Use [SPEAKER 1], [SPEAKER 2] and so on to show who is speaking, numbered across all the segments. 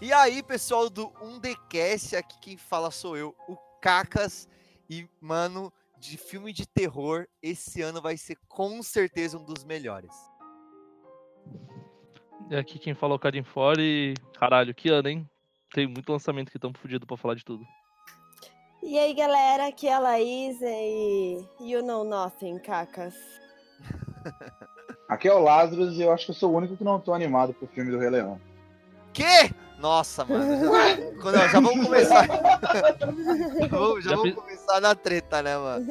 [SPEAKER 1] E aí, pessoal do 1DCast, aqui quem fala sou eu, o Cacas. E, mano, de filme de terror, esse ano vai ser com certeza um dos melhores.
[SPEAKER 2] E aqui quem falou é o Karim Fora e. Caralho, que ano, hein? Tem muito lançamento que tão fudido pra falar de tudo.
[SPEAKER 3] E aí, galera, aqui é a Laís e You Know Nothing, cacas.
[SPEAKER 4] Aqui é o Lazarus e eu acho que eu sou o único que não tô animado pro filme do Rei Leão.
[SPEAKER 1] Quê? Nossa, mano. Já, quando- já vamos começar. já vamos, já
[SPEAKER 2] Já
[SPEAKER 1] vamos
[SPEAKER 2] fiz-
[SPEAKER 1] começar na treta, né, mano?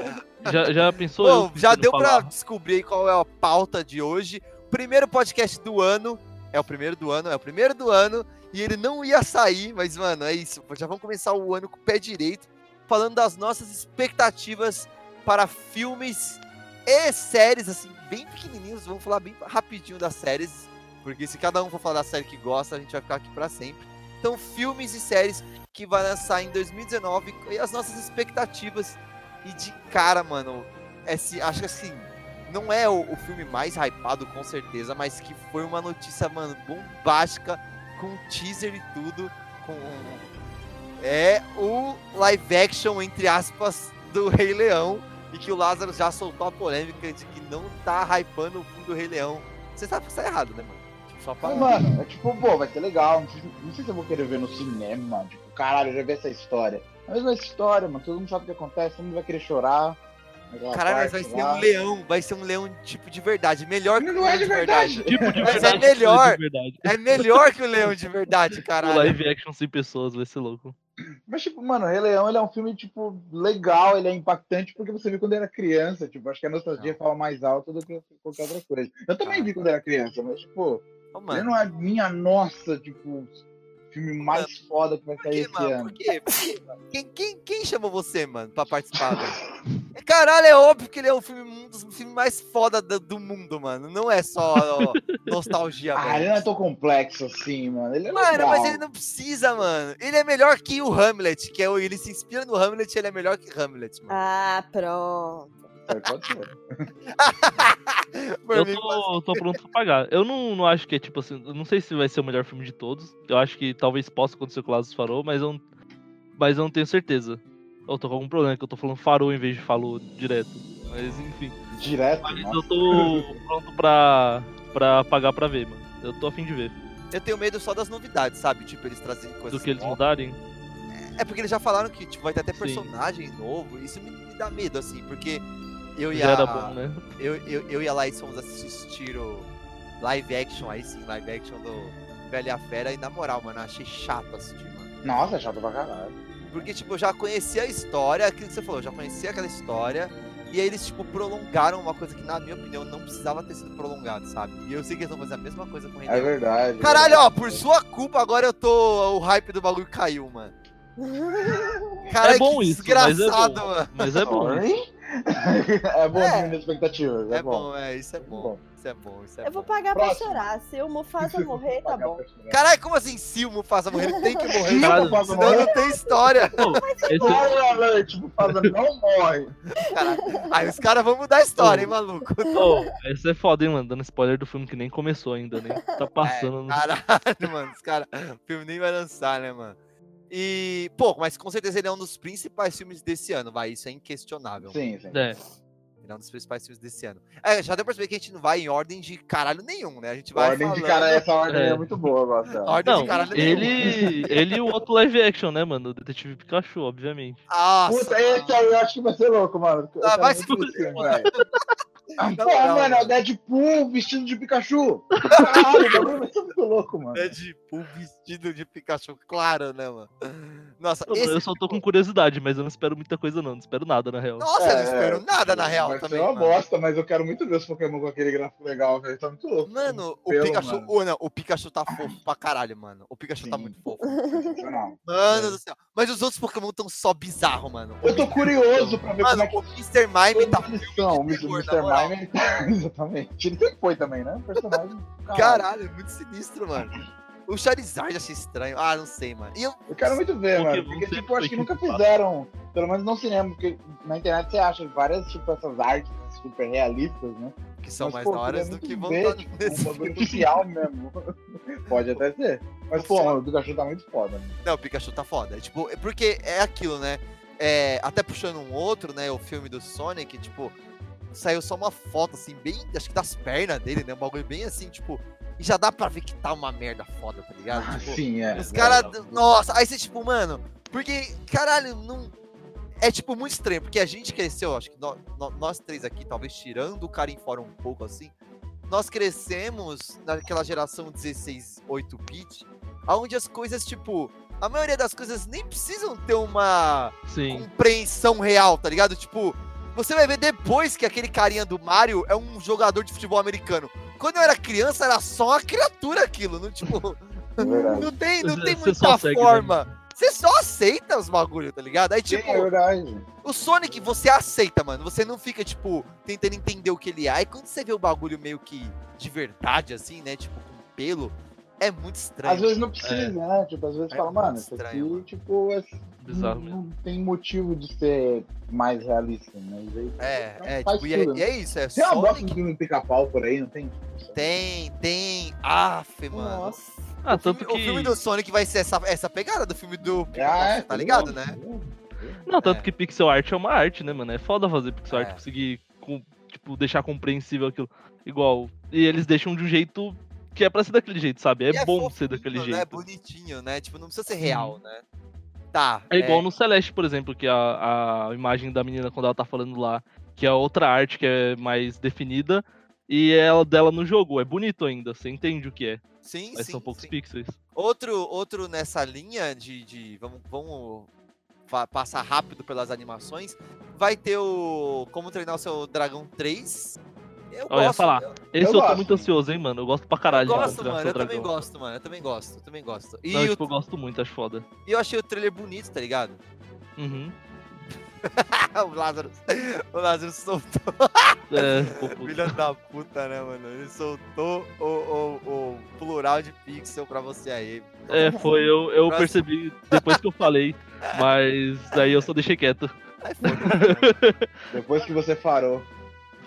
[SPEAKER 2] Já, já pensou?
[SPEAKER 1] Bom,
[SPEAKER 2] eu
[SPEAKER 1] já
[SPEAKER 2] tentando
[SPEAKER 1] deu pra
[SPEAKER 2] falar?
[SPEAKER 1] descobrir aí qual é a pauta de hoje. Primeiro podcast do ano. É o primeiro do ano, é o primeiro do ano. E ele não ia sair, mas, mano, é isso. Já vamos começar o ano com o pé direito, falando das nossas expectativas para filmes e séries, assim, bem pequenininhos. Vamos falar bem rapidinho das séries, porque se cada um for falar da série que gosta, a gente vai ficar aqui para sempre. Então, filmes e séries que vai lançar em 2019 e as nossas expectativas. E de cara, mano, esse, acho que assim, não é o, o filme mais hypado, com certeza, mas que foi uma notícia, mano, bombástica, com teaser e tudo, com... É o live action, entre aspas, do Rei Leão, e que o Lázaro já soltou a polêmica de que não tá hypando o filme do Rei Leão. Você sabe que isso é errado, né, mano? Tipo, só pra...
[SPEAKER 4] Mas, mano, é tipo, pô, vai ser legal. Não sei, não sei se eu vou querer ver no cinema. Tipo, caralho, eu já vi essa história. É a mesma história, mano. Todo mundo sabe o que acontece, todo mundo vai querer chorar. Aquela
[SPEAKER 1] Caralho, mas vai
[SPEAKER 4] parte
[SPEAKER 1] ser
[SPEAKER 4] lá.
[SPEAKER 1] um leão, vai ser um leão tipo de verdade, melhor que
[SPEAKER 4] Não
[SPEAKER 1] o leão
[SPEAKER 4] é de verdade.
[SPEAKER 2] Tipo de
[SPEAKER 1] Mas é
[SPEAKER 2] verdade, tipo de
[SPEAKER 1] melhor.
[SPEAKER 2] verdade.
[SPEAKER 1] É melhor que o leão de verdade,
[SPEAKER 2] O
[SPEAKER 1] caralho.
[SPEAKER 2] live action sem pessoas vai ser louco.
[SPEAKER 4] Mas, tipo, mano, Rei Leão ele é um filme, tipo, legal, ele é impactante porque você viu quando era criança. Tipo, acho que a nostalgia fala mais alto do que qualquer outra coisa. Eu
[SPEAKER 1] Tá.
[SPEAKER 4] também vi quando era criança, mas, tipo,
[SPEAKER 1] Ô,
[SPEAKER 4] ele não é minha nossa, tipo, filme mais foda que vai
[SPEAKER 1] Por
[SPEAKER 4] sair
[SPEAKER 1] quê,
[SPEAKER 4] esse
[SPEAKER 1] mano?
[SPEAKER 4] ano.
[SPEAKER 1] Por quê? Por quê? Quem, quem, quem chamou você, mano, pra participar? velho? Caralho, é óbvio que ele é um, filme, um dos filmes mais foda do, do mundo, mano. Não é só ó, nostalgia,
[SPEAKER 4] Ah, ele
[SPEAKER 1] velho.
[SPEAKER 4] não é tão complexo assim, mano. Ele é
[SPEAKER 1] Mano,
[SPEAKER 4] legal.
[SPEAKER 1] mas ele não precisa, mano. Ele é melhor que o Hamlet, que é o, ele se inspira no Hamlet, ele é melhor que Hamlet, mano.
[SPEAKER 3] Ah, pronto.
[SPEAKER 4] É, pode ser.
[SPEAKER 1] Por
[SPEAKER 2] Ah, eu
[SPEAKER 1] mim,
[SPEAKER 2] tô, tô pronto pra pagar. Eu não, não acho que é tipo assim. Eu não sei se vai ser o melhor filme de todos. Eu acho que talvez possa acontecer o que o Lazos farou, mas eu, não- mas eu não tenho certeza. Eu tô com algum problema, que eu tô falando farou em vez de falou direto. Mas enfim.
[SPEAKER 4] Direto,
[SPEAKER 2] Mas
[SPEAKER 4] nossa.
[SPEAKER 2] eu tô pronto pra, pra pagar pra ver, mano. Eu tô afim de ver.
[SPEAKER 1] eu tenho medo só das novidades, sabe? Tipo, eles trazem coisas
[SPEAKER 2] Do que eles
[SPEAKER 1] novas.
[SPEAKER 2] mudarem.
[SPEAKER 1] É porque eles já falaram que tipo, vai ter até
[SPEAKER 2] Sim.
[SPEAKER 1] personagem novo. Isso me, me dá medo, assim, porque eu e
[SPEAKER 2] Já
[SPEAKER 1] a-
[SPEAKER 2] era bom, né?
[SPEAKER 1] eu, eu, eu e a Laís fomos assistir o live action, aí sim, live action do Velha e a Fera, e na moral, mano, eu achei chato assistir, mano.
[SPEAKER 4] Nossa, é chato pra caralho.
[SPEAKER 1] Porque, tipo, eu já conhecia a história, aquilo que você falou, eu já conhecia aquela história, e aí eles, tipo, prolongaram uma coisa que, na minha opinião, não precisava ter sido prolongada, sabe? E eu sei que eles vão fazer a mesma coisa com o Rei
[SPEAKER 4] É
[SPEAKER 1] Leão.
[SPEAKER 4] verdade.
[SPEAKER 1] Caralho, ó, por sua culpa agora eu tô. O hype do bagulho caiu, mano. Caralho,
[SPEAKER 2] é bom
[SPEAKER 1] que
[SPEAKER 2] isso, mas é
[SPEAKER 1] desgraçado,
[SPEAKER 2] bom.
[SPEAKER 1] mano.
[SPEAKER 2] Mas é bom. né?
[SPEAKER 4] Sorry? é bom,
[SPEAKER 1] É.
[SPEAKER 4] é. expectativas. É,
[SPEAKER 1] É bom, é, isso é
[SPEAKER 4] Muito
[SPEAKER 1] bom. Isso é bom, isso é
[SPEAKER 3] Eu
[SPEAKER 1] bom.
[SPEAKER 3] vou pagar pra
[SPEAKER 4] Próximo.
[SPEAKER 3] chorar. Se o Mufasa morrer, tá bom.
[SPEAKER 1] Caralho, como assim se o Mufasa morrer? Ele tem que morrer.
[SPEAKER 2] Caralho,
[SPEAKER 4] Não, Mufasa
[SPEAKER 1] Senão
[SPEAKER 4] morre.
[SPEAKER 1] não tem história.
[SPEAKER 2] Pô, esse-
[SPEAKER 4] Spoiler alert, Mufasa tipo, não morre.
[SPEAKER 1] Caralho. Aí os caras vão mudar a história, hein, maluco?
[SPEAKER 2] Pô, esse é foda, hein, mano? Dando spoiler do filme que nem começou ainda, né?
[SPEAKER 1] É,
[SPEAKER 2] Tá passando no.
[SPEAKER 1] Caralho, mano. Os caras. O filme nem vai lançar, né, mano? E, pô, mas com certeza ele é um dos principais filmes desse ano, vai. Isso é inquestionável.
[SPEAKER 4] Sim, sim.
[SPEAKER 2] É,
[SPEAKER 1] Ele é um dos principais filmes desse ano. É, já deu pra perceber que a gente não vai em ordem de caralho nenhum, né? A gente vai.
[SPEAKER 4] ordem de
[SPEAKER 1] falando-
[SPEAKER 4] cara, essa ordem é,
[SPEAKER 2] É.
[SPEAKER 4] muito boa, eu gosto dela.
[SPEAKER 1] Ordem
[SPEAKER 2] Não,
[SPEAKER 1] de é caralho nenhum.
[SPEAKER 2] ele, ele e o outro live action, né, mano? O Detetive Pikachu, obviamente.
[SPEAKER 1] Nossa,
[SPEAKER 4] Puta, esse é aí eu acho que vai ser louco, mano. Eu
[SPEAKER 1] Ah,
[SPEAKER 4] quero
[SPEAKER 1] vai
[SPEAKER 4] muito
[SPEAKER 1] se
[SPEAKER 4] ver esse
[SPEAKER 2] fuder,
[SPEAKER 4] filme, velho. Ah,
[SPEAKER 1] Não,
[SPEAKER 4] Pô,
[SPEAKER 1] não,
[SPEAKER 4] mano, é o
[SPEAKER 1] mano.
[SPEAKER 4] Deadpool vestido de Pikachu. Caralho, o bagulho vai ser muito louco, mano.
[SPEAKER 1] É de um vestido de Pikachu, claro, né, mano? Nossa,
[SPEAKER 2] Eu,
[SPEAKER 1] esse...
[SPEAKER 2] eu só tô com curiosidade, mas eu não espero muita coisa, não. Não espero nada, na real.
[SPEAKER 1] Nossa, eu não espero nada na real
[SPEAKER 4] vai
[SPEAKER 1] também.
[SPEAKER 4] Ser É, uma
[SPEAKER 1] mano.
[SPEAKER 4] bosta, mas eu quero muito ver os Pokémon com aquele gráfico legal, velho. Tá muito louco.
[SPEAKER 1] Mano, o
[SPEAKER 4] Pelo,
[SPEAKER 1] Pikachu.
[SPEAKER 4] mano.
[SPEAKER 1] Ô, não, o Pikachu tá fofo pra caralho, mano. O Pikachu tá
[SPEAKER 4] Sim.
[SPEAKER 1] muito fofo.
[SPEAKER 4] Sensacional.
[SPEAKER 1] Mano do céu. Mas os outros Pokémon tão só bizarro, mano.
[SPEAKER 4] Eu tô curioso pra ver
[SPEAKER 1] Mano,
[SPEAKER 4] como é que
[SPEAKER 1] o Mr. Mime tá.
[SPEAKER 4] Não, o Mr.
[SPEAKER 1] terror,
[SPEAKER 4] Mr.
[SPEAKER 1] na moral.
[SPEAKER 4] Mime, ele- exatamente. Ele sempre foi também, né? Personagem.
[SPEAKER 1] Caralho, é muito sinistro, mano. O Charizard eu achei estranho. Ah, não sei, mano. E eu.
[SPEAKER 4] Eu quero muito ver,
[SPEAKER 2] Pokémon
[SPEAKER 4] mano. Porque,
[SPEAKER 2] sempre
[SPEAKER 4] tipo, eu acho que
[SPEAKER 2] foi
[SPEAKER 4] nunca
[SPEAKER 2] criticado.
[SPEAKER 4] fizeram. Pelo menos não cinema, porque na internet você acha várias, tipo, essas artes super realistas, né?
[SPEAKER 1] que são
[SPEAKER 4] Mas,
[SPEAKER 1] mais
[SPEAKER 4] pô,
[SPEAKER 1] da hora
[SPEAKER 4] queria
[SPEAKER 1] do
[SPEAKER 4] muito
[SPEAKER 1] que vão
[SPEAKER 4] ver,
[SPEAKER 1] estar
[SPEAKER 4] tipo,
[SPEAKER 1] nesse
[SPEAKER 4] um bagulho
[SPEAKER 1] filme.
[SPEAKER 4] oficial mesmo. Pode até ser. Mas, pô, o Pikachu tá muito foda. né?
[SPEAKER 1] Não, o Pikachu tá foda. É, Tipo, é porque é aquilo, né? É, até puxando um outro, né? O filme do Sonic, tipo, saiu só uma foto, assim, bem. Acho que das pernas dele, né? Um bagulho bem assim, tipo. E já dá pra ver que tá uma merda foda, tá ligado?
[SPEAKER 4] Ah,
[SPEAKER 1] Tipo,
[SPEAKER 4] sim, é.
[SPEAKER 1] os caras. Nossa, aí você, tipo, mano. Porque, caralho, não. É, tipo, muito estranho, porque a gente cresceu, acho que nó- nó- nós três aqui, talvez tirando o cara em fora um pouco assim, nós crescemos naquela geração 16, 8-bit, onde as coisas, tipo, a maioria das coisas nem precisam ter uma
[SPEAKER 2] Sim.
[SPEAKER 1] compreensão real, tá ligado? Tipo, você vai ver depois que aquele carinha do Mario é um jogador de futebol americano. Quando eu era criança, era só uma criatura aquilo, não, tipo.
[SPEAKER 4] É verdade.
[SPEAKER 1] Não tem, não
[SPEAKER 2] Você-
[SPEAKER 1] tem
[SPEAKER 2] você
[SPEAKER 1] muita
[SPEAKER 2] só segue, né?
[SPEAKER 1] forma. Você só aceita os bagulho, tá ligado? Aí, tipo,
[SPEAKER 4] Sim, é verdade.
[SPEAKER 1] o Sonic você aceita, mano. Você não fica, tipo, tentando entender o que ele é. E quando você vê o bagulho meio que de verdade, assim, né? Tipo, com pelo, é muito estranho.
[SPEAKER 4] Às vezes não precisa, né? Tipo, às vezes
[SPEAKER 1] É
[SPEAKER 4] fala,
[SPEAKER 1] muito
[SPEAKER 4] mano, isso aqui,
[SPEAKER 1] estranho, mano.
[SPEAKER 4] tipo, é-
[SPEAKER 2] Bizarro mesmo.
[SPEAKER 4] não, não tem motivo de ser mais realista, né? E aí, então,
[SPEAKER 1] É, é,
[SPEAKER 4] faz
[SPEAKER 1] tipo, e é,
[SPEAKER 4] tudo, né?
[SPEAKER 1] e é isso, é
[SPEAKER 4] Tem uma bosta
[SPEAKER 1] Sonic.
[SPEAKER 4] de filme pica-pau por aí, não tem?
[SPEAKER 1] Tem, tem. Aff, mano.
[SPEAKER 3] Nossa.
[SPEAKER 2] Ah,
[SPEAKER 1] O filme-
[SPEAKER 2] tanto
[SPEAKER 1] O filme
[SPEAKER 2] que.
[SPEAKER 1] do Sonic vai ser essa, essa pegada do filme do
[SPEAKER 4] Ah, é,
[SPEAKER 1] tá ligado, né?
[SPEAKER 2] Não, tanto
[SPEAKER 1] É.
[SPEAKER 2] que pixel art é uma arte, né, mano? É foda fazer pixel
[SPEAKER 1] É.
[SPEAKER 2] art, conseguir, com- tipo, deixar compreensível aquilo. Igual. E eles deixam de um jeito que é pra ser daquele jeito, sabe? É,
[SPEAKER 1] E
[SPEAKER 2] bom ser
[SPEAKER 1] fofinho,
[SPEAKER 2] daquele
[SPEAKER 1] né?
[SPEAKER 2] jeito.
[SPEAKER 1] É bonitinho, né? Tipo, não precisa ser real, né? Tá.
[SPEAKER 2] É igual no Celeste, por exemplo, que a, a imagem da menina quando ela tá falando lá, que é outra arte que é mais definida, e ela dela no jogo. É bonito ainda, você entende o que é.
[SPEAKER 1] Sim,
[SPEAKER 2] Mas
[SPEAKER 1] sim,
[SPEAKER 2] são poucos
[SPEAKER 1] sim.
[SPEAKER 2] pixels.
[SPEAKER 1] Outro, outro nessa linha de. de- vamos vamos fa- passar rápido pelas animações. Vai ter o Como Treinar o Seu Dragão 3. Eu
[SPEAKER 2] Eu ia
[SPEAKER 1] gosto.
[SPEAKER 2] falar,
[SPEAKER 1] eu-
[SPEAKER 2] Esse eu, tô
[SPEAKER 4] gosto.
[SPEAKER 2] muito ansioso, hein, mano. Eu gosto pra
[SPEAKER 1] Eu
[SPEAKER 2] caralho de
[SPEAKER 1] gosto,
[SPEAKER 2] Como Treinar
[SPEAKER 1] mano.
[SPEAKER 2] Seu
[SPEAKER 1] Eu também
[SPEAKER 2] Dragão.
[SPEAKER 1] gosto, mano. Eu também gosto, eu também gosto. E
[SPEAKER 2] Não,
[SPEAKER 1] eu,
[SPEAKER 2] tipo, eu gosto muito, acho foda.
[SPEAKER 1] eu achei o trailer bonito, tá ligado?
[SPEAKER 2] Uhum.
[SPEAKER 1] o Lázaro. O Lázaro soltou.
[SPEAKER 2] É, pouco.
[SPEAKER 1] Filha da puta, né, mano? Ele soltou o, o- o plural de pixel pra você aí.
[SPEAKER 2] É, foi, eu, eu
[SPEAKER 1] Próximo.
[SPEAKER 2] percebi depois que eu falei, mas daí eu só deixei quieto.
[SPEAKER 1] Ai, foda-se,
[SPEAKER 4] Depois que você farou.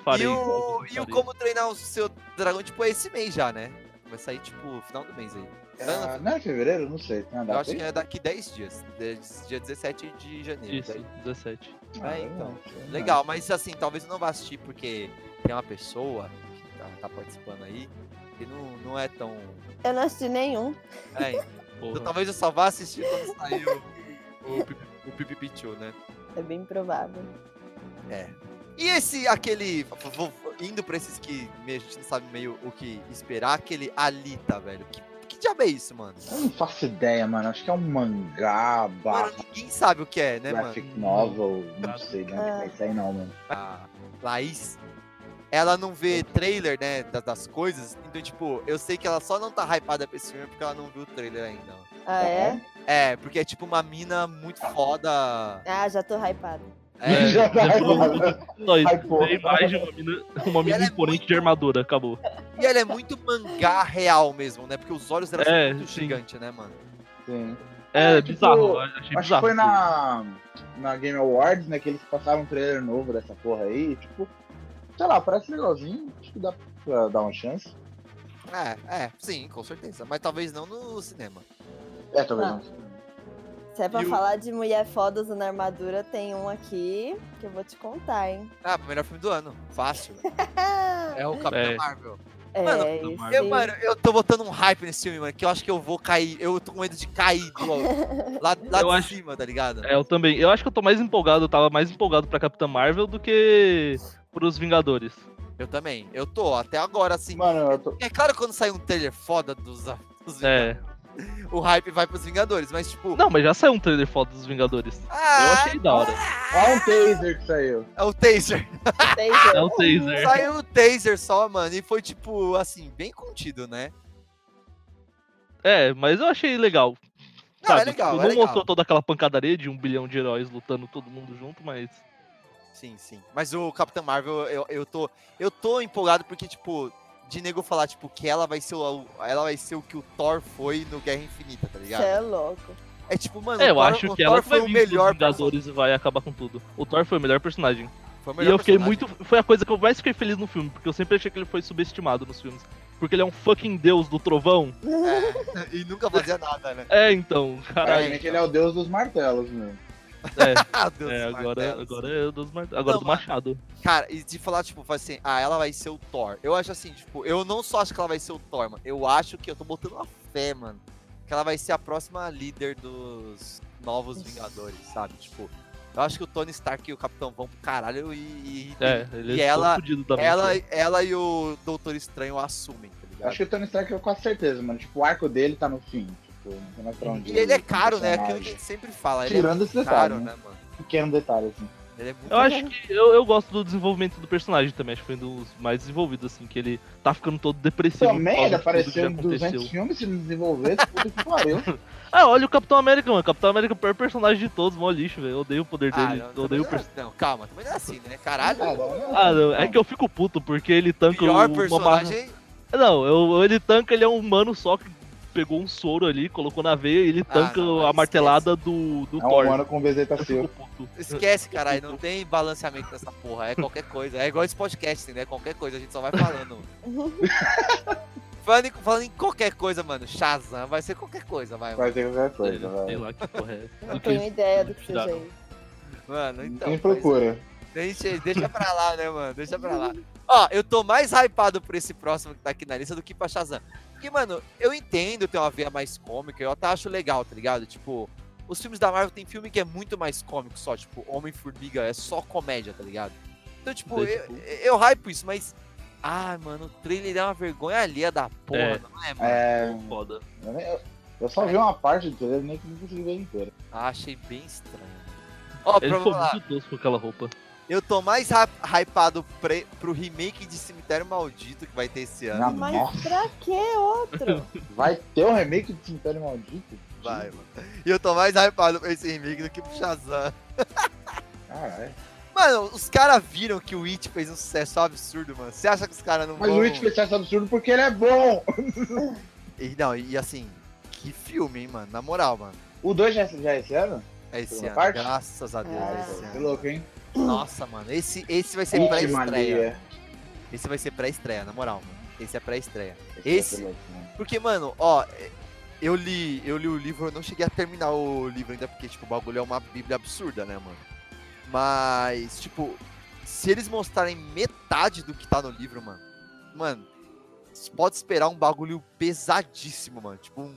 [SPEAKER 2] Farei.
[SPEAKER 1] E o, e o
[SPEAKER 2] farei.
[SPEAKER 1] Como Treinar o Seu Dragão, tipo, é esse mês já, né? Vai sair, tipo, final do mês aí.
[SPEAKER 4] Ah, não é fevereiro? Não sei. Tem uma
[SPEAKER 1] Eu
[SPEAKER 4] data
[SPEAKER 1] acho
[SPEAKER 4] aí?
[SPEAKER 1] que é daqui 10 dias. de- Dia 17 de janeiro.
[SPEAKER 2] Isso,
[SPEAKER 1] daí.
[SPEAKER 2] 17.
[SPEAKER 1] é,
[SPEAKER 4] Ah, eu
[SPEAKER 1] então.
[SPEAKER 4] não sei, não.
[SPEAKER 1] Legal, mas assim, talvez eu não vá assistir porque tem uma pessoa que tá, tá participando aí e não, não é tão.
[SPEAKER 3] Eu não assisti nenhum.
[SPEAKER 1] É, então
[SPEAKER 2] Porra.
[SPEAKER 1] talvez eu só vá assistir quando sair o, o, Pi- o Pipipichu, né?
[SPEAKER 3] É bem provável.
[SPEAKER 1] E esse, aquele. vou- vou- Indo pra esses que meio- a gente não sabe meio o que esperar, aquele Alita, velho. Que, que diabo é isso, mano?
[SPEAKER 4] Eu não faço ideia, mano. Acho que é um mangá, barra,
[SPEAKER 1] Mano, ninguém sabe o que é, né, mano?
[SPEAKER 4] graphic novel. Não
[SPEAKER 2] Nada.
[SPEAKER 4] sei de onde vai sair, não, mano.
[SPEAKER 1] A Laís, ela não vê trailer, né, da- das coisas. Então, tipo, eu sei que ela só não tá hypada pra esse filme porque ela não viu o trailer ainda.
[SPEAKER 3] Ah, é?
[SPEAKER 1] É, porque é tipo uma mina muito foda.
[SPEAKER 3] Ah, já tô hypado.
[SPEAKER 1] É,
[SPEAKER 4] Já tá
[SPEAKER 2] Depois- Só isso.
[SPEAKER 4] Ai, porra.
[SPEAKER 2] Tem mais de uma mina, uma mina
[SPEAKER 1] Ela é
[SPEAKER 2] imponente
[SPEAKER 1] muito-
[SPEAKER 2] de armadura, acabou.
[SPEAKER 1] e ela é muito mangá real mesmo, né? Porque os olhos dela
[SPEAKER 2] É,
[SPEAKER 1] são muito
[SPEAKER 2] sim.
[SPEAKER 1] gigantes, né, mano?
[SPEAKER 4] Sim.
[SPEAKER 2] É,
[SPEAKER 4] É, tipo,
[SPEAKER 2] bizarro, eu achei
[SPEAKER 4] Acho que
[SPEAKER 2] bizarro.
[SPEAKER 4] foi na, na Game Awards, né, que eles passaram um trailer novo dessa porra aí, e, tipo, sei lá, parece legalzinho, acho que dá pra dar uma chance.
[SPEAKER 1] É, é, sim, com certeza. Mas talvez não no cinema.
[SPEAKER 4] É, talvez
[SPEAKER 3] Ah.
[SPEAKER 4] não.
[SPEAKER 3] Se é pra
[SPEAKER 1] E o-
[SPEAKER 3] falar de mulher foda usando armadura, tem um aqui que eu vou te contar, hein?
[SPEAKER 1] Ah, melhor filme do ano. Fácil. É o Capitão
[SPEAKER 2] É.
[SPEAKER 1] Marvel.
[SPEAKER 3] É,
[SPEAKER 1] Mano,
[SPEAKER 3] isso.
[SPEAKER 2] Marvel.
[SPEAKER 1] Eu, mano, eu tô botando um hype nesse filme, mano, que eu acho que eu vou cair. Eu tô com medo de cair do, lá, lá
[SPEAKER 2] Eu
[SPEAKER 1] de
[SPEAKER 2] acho-
[SPEAKER 1] cima, tá ligado?
[SPEAKER 2] É, eu também. Eu acho que eu tô mais empolgado, eu tava mais empolgado pra Capitã Marvel do que pros Vingadores.
[SPEAKER 1] Eu também. Eu tô, até agora, assim.
[SPEAKER 4] Mano, eu tô...
[SPEAKER 1] É claro que quando sai um trailer foda dos, dos
[SPEAKER 2] É.
[SPEAKER 1] Vingadores, o hype vai pros Vingadores, mas tipo.
[SPEAKER 2] Não, mas já saiu um trailer foda dos Vingadores. Eu
[SPEAKER 1] Ah,
[SPEAKER 2] achei da hora.
[SPEAKER 4] Olha um taser que saiu.
[SPEAKER 1] é o taser.
[SPEAKER 3] Tem
[SPEAKER 2] É
[SPEAKER 3] jeito.
[SPEAKER 2] o taser.
[SPEAKER 1] Saiu o taser só, mano, e foi tipo, assim, bem contido, né?
[SPEAKER 2] É, mas eu achei legal.
[SPEAKER 1] Não,
[SPEAKER 2] sabe?
[SPEAKER 1] é legal,
[SPEAKER 2] Tipo,
[SPEAKER 1] é
[SPEAKER 2] não
[SPEAKER 1] legal.
[SPEAKER 2] mostrou toda aquela pancadaria de um bilhão de heróis lutando todo mundo junto, mas.
[SPEAKER 1] Sim, sim. Mas o Capitão Marvel, eu, eu tô. Eu tô empolgado porque, tipo, de nego falar, tipo, que ela vai ser o. Ela vai ser o que o Thor foi no Guerra Infinita, tá
[SPEAKER 3] Você
[SPEAKER 1] ligado?
[SPEAKER 3] é louco.
[SPEAKER 1] É tipo, mano,
[SPEAKER 2] É,
[SPEAKER 1] o
[SPEAKER 2] eu
[SPEAKER 1] Thor-
[SPEAKER 2] acho
[SPEAKER 1] o
[SPEAKER 2] que
[SPEAKER 1] Thor
[SPEAKER 2] ela que
[SPEAKER 1] foi
[SPEAKER 2] vai
[SPEAKER 1] o
[SPEAKER 2] vir pros
[SPEAKER 1] melhor
[SPEAKER 2] Vingadores e vai acabar com tudo. O Thor foi o melhor personagem.
[SPEAKER 1] Foi o
[SPEAKER 2] E
[SPEAKER 1] melhor
[SPEAKER 2] eu fiquei
[SPEAKER 1] personagem.
[SPEAKER 2] muito. Foi a coisa que eu mais fiquei feliz no filme, porque eu sempre achei que ele foi subestimado nos filmes. Porque ele é um fucking deus do trovão.
[SPEAKER 1] É, e nunca fazia nada, né?
[SPEAKER 2] É, então, caralho.
[SPEAKER 4] Aparentemente ele é o deus dos martelos, meu.
[SPEAKER 2] É,
[SPEAKER 1] Ah, Deus
[SPEAKER 2] é,
[SPEAKER 1] dos
[SPEAKER 2] agora,
[SPEAKER 1] martelos.
[SPEAKER 2] agora é o dos martelos. Agora
[SPEAKER 1] Não,
[SPEAKER 2] do Machado.
[SPEAKER 1] Cara, e de falar, tipo, fala assim, ah, ela vai ser o Thor. Eu acho assim, tipo, eu não só acho que ela vai ser o Thor, mano. Eu acho que eu tô botando uma fé, mano. Que ela vai ser a próxima líder dos novos Vingadores, sabe? Tipo, eu acho que o Tony Stark e o Capitão vão pro caralho e. e-
[SPEAKER 2] É,
[SPEAKER 1] e
[SPEAKER 2] ele é
[SPEAKER 1] ela-
[SPEAKER 2] fudido da mente.
[SPEAKER 1] ela, ela e o Doutor Estranho assumem, tá ligado?
[SPEAKER 4] é. Acho que o Tony Stark eu com certeza, mano. Tipo, o arco dele tá no fim. Tipo, não tem mais pra onde
[SPEAKER 1] E ele é caro, né? Aquilo que a
[SPEAKER 4] Personagem.
[SPEAKER 1] gente sempre fala. Ele
[SPEAKER 4] Tirando esse
[SPEAKER 1] é caro,
[SPEAKER 4] detalhe, né?
[SPEAKER 1] né, mano?
[SPEAKER 4] Pequeno detalhe, assim.
[SPEAKER 1] Ele é muito
[SPEAKER 2] Eu acho que eu, eu gosto do desenvolvimento do personagem também, acho que foi um dos mais desenvolvidos, assim, que ele tá ficando todo depressivo. por
[SPEAKER 4] Também
[SPEAKER 2] causa
[SPEAKER 4] ele
[SPEAKER 2] de tudo que já
[SPEAKER 4] apareceu em 200 filmes, se não desenvolvesse, puta que pariu.
[SPEAKER 2] Ah, olha o Capitão América, mano. Capitão América é o pior personagem de todos, mó lixo, velho. Eu odeio o poder
[SPEAKER 1] Ah,
[SPEAKER 2] dele.
[SPEAKER 1] não,
[SPEAKER 2] eu
[SPEAKER 1] também
[SPEAKER 2] odeio o
[SPEAKER 1] não,
[SPEAKER 2] per...
[SPEAKER 1] é- não, calma, também não é assim, né? Caralho,
[SPEAKER 4] Cara,
[SPEAKER 1] o
[SPEAKER 4] não.
[SPEAKER 2] Ah, não, é que eu fico puto, porque ele tanca
[SPEAKER 1] pior
[SPEAKER 2] o- uma barra.
[SPEAKER 1] personagem.
[SPEAKER 2] Não, eu- ele tanca, ele é um humano só que pegou um soro ali, colocou na veia e ele
[SPEAKER 1] Ah,
[SPEAKER 2] tanca
[SPEAKER 1] não,
[SPEAKER 2] a
[SPEAKER 1] esquece.
[SPEAKER 2] martelada do, do
[SPEAKER 4] É um
[SPEAKER 2] Thor.
[SPEAKER 4] humano com
[SPEAKER 2] Eu fico
[SPEAKER 4] vegetacil.
[SPEAKER 2] puto.
[SPEAKER 1] Esquece, caralho, não tem balanceamento nessa porra. É qualquer coisa. É igual esse podcast, né? Qualquer coisa, a gente só vai falando. falando, em, falando em qualquer coisa, mano. Shazam vai ser qualquer coisa, vai. Mano,
[SPEAKER 4] Vai ter qualquer coisa,
[SPEAKER 2] Sei
[SPEAKER 4] velho.
[SPEAKER 2] lá que porra é.
[SPEAKER 3] Não
[SPEAKER 2] Do
[SPEAKER 3] tenho
[SPEAKER 2] que-
[SPEAKER 3] ideia do que seja
[SPEAKER 2] tiraram.
[SPEAKER 3] isso.
[SPEAKER 1] Mano, então.
[SPEAKER 4] Quem
[SPEAKER 1] mas-
[SPEAKER 4] procura?
[SPEAKER 1] Deixa, deixa pra lá, né, mano? Deixa pra lá. Ó, eu tô mais hypado por esse próximo que tá aqui na lista do que pra Shazam. Porque, mano, eu entendo ter uma veia mais cômica, eu até acho legal, tá ligado? Tipo, os filmes da Marvel tem filme que é muito mais cômico só, tipo, Homem-Formiga é só comédia, tá ligado? Então, tipo, eu,
[SPEAKER 2] Deadpool.
[SPEAKER 1] eu hypo isso, mas. Ah, mano, o trailer é uma vergonha alheia da porra,
[SPEAKER 2] É.
[SPEAKER 1] não é, mano?
[SPEAKER 4] É,
[SPEAKER 2] Foda.
[SPEAKER 4] eu nem- eu- eu só vi uma parte do trailer, nem que não consegui ver inteira.
[SPEAKER 1] Ah, achei bem estranho. Ó, pra
[SPEAKER 2] Ele ficou
[SPEAKER 1] vamos lá.
[SPEAKER 2] muito tosco com aquela roupa.
[SPEAKER 1] Eu tô mais ra- hypado pre- pro remake de Cemitério Maldito que vai ter esse ano.
[SPEAKER 4] Na-
[SPEAKER 3] Mas
[SPEAKER 4] Nossa.
[SPEAKER 3] pra que outro?
[SPEAKER 4] Vai ter um remake de Cemitério Maldito?
[SPEAKER 1] Vai, mano. E eu tô mais hypado pra esse remake do que pro Shazam.
[SPEAKER 4] Caralho.
[SPEAKER 1] Então Mano, os caras viram que o It fez um sucesso absurdo, mano. Você acha que os caras não
[SPEAKER 4] Mas
[SPEAKER 1] vão...
[SPEAKER 4] o It fez esse absurdo porque ele é bom!
[SPEAKER 1] E, não, e assim, que filme, hein, mano. Na moral, mano.
[SPEAKER 4] O 2 já, já é esse ano?
[SPEAKER 1] É esse
[SPEAKER 4] Segunda
[SPEAKER 1] ano.
[SPEAKER 4] parte?
[SPEAKER 1] Graças a Deus,
[SPEAKER 3] Ah.
[SPEAKER 1] é esse
[SPEAKER 4] Que
[SPEAKER 1] ano.
[SPEAKER 4] louco, hein?
[SPEAKER 1] Nossa, mano. Esse, esse vai ser
[SPEAKER 4] It
[SPEAKER 1] pré-estreia.
[SPEAKER 4] mania.
[SPEAKER 1] Esse vai ser pré-estreia, na moral, mano. Esse é pré-estreia. Esse-
[SPEAKER 4] é louco, né?
[SPEAKER 1] Porque, mano, ó, é, eu li, eu li o livro, eu não cheguei a terminar o livro ainda, porque, tipo, o bagulho é uma bíblia absurda, né, mano? Mas, tipo, se eles mostrarem metade do que tá no livro, mano, mano, você pode esperar um bagulho pesadíssimo, mano. Tipo, um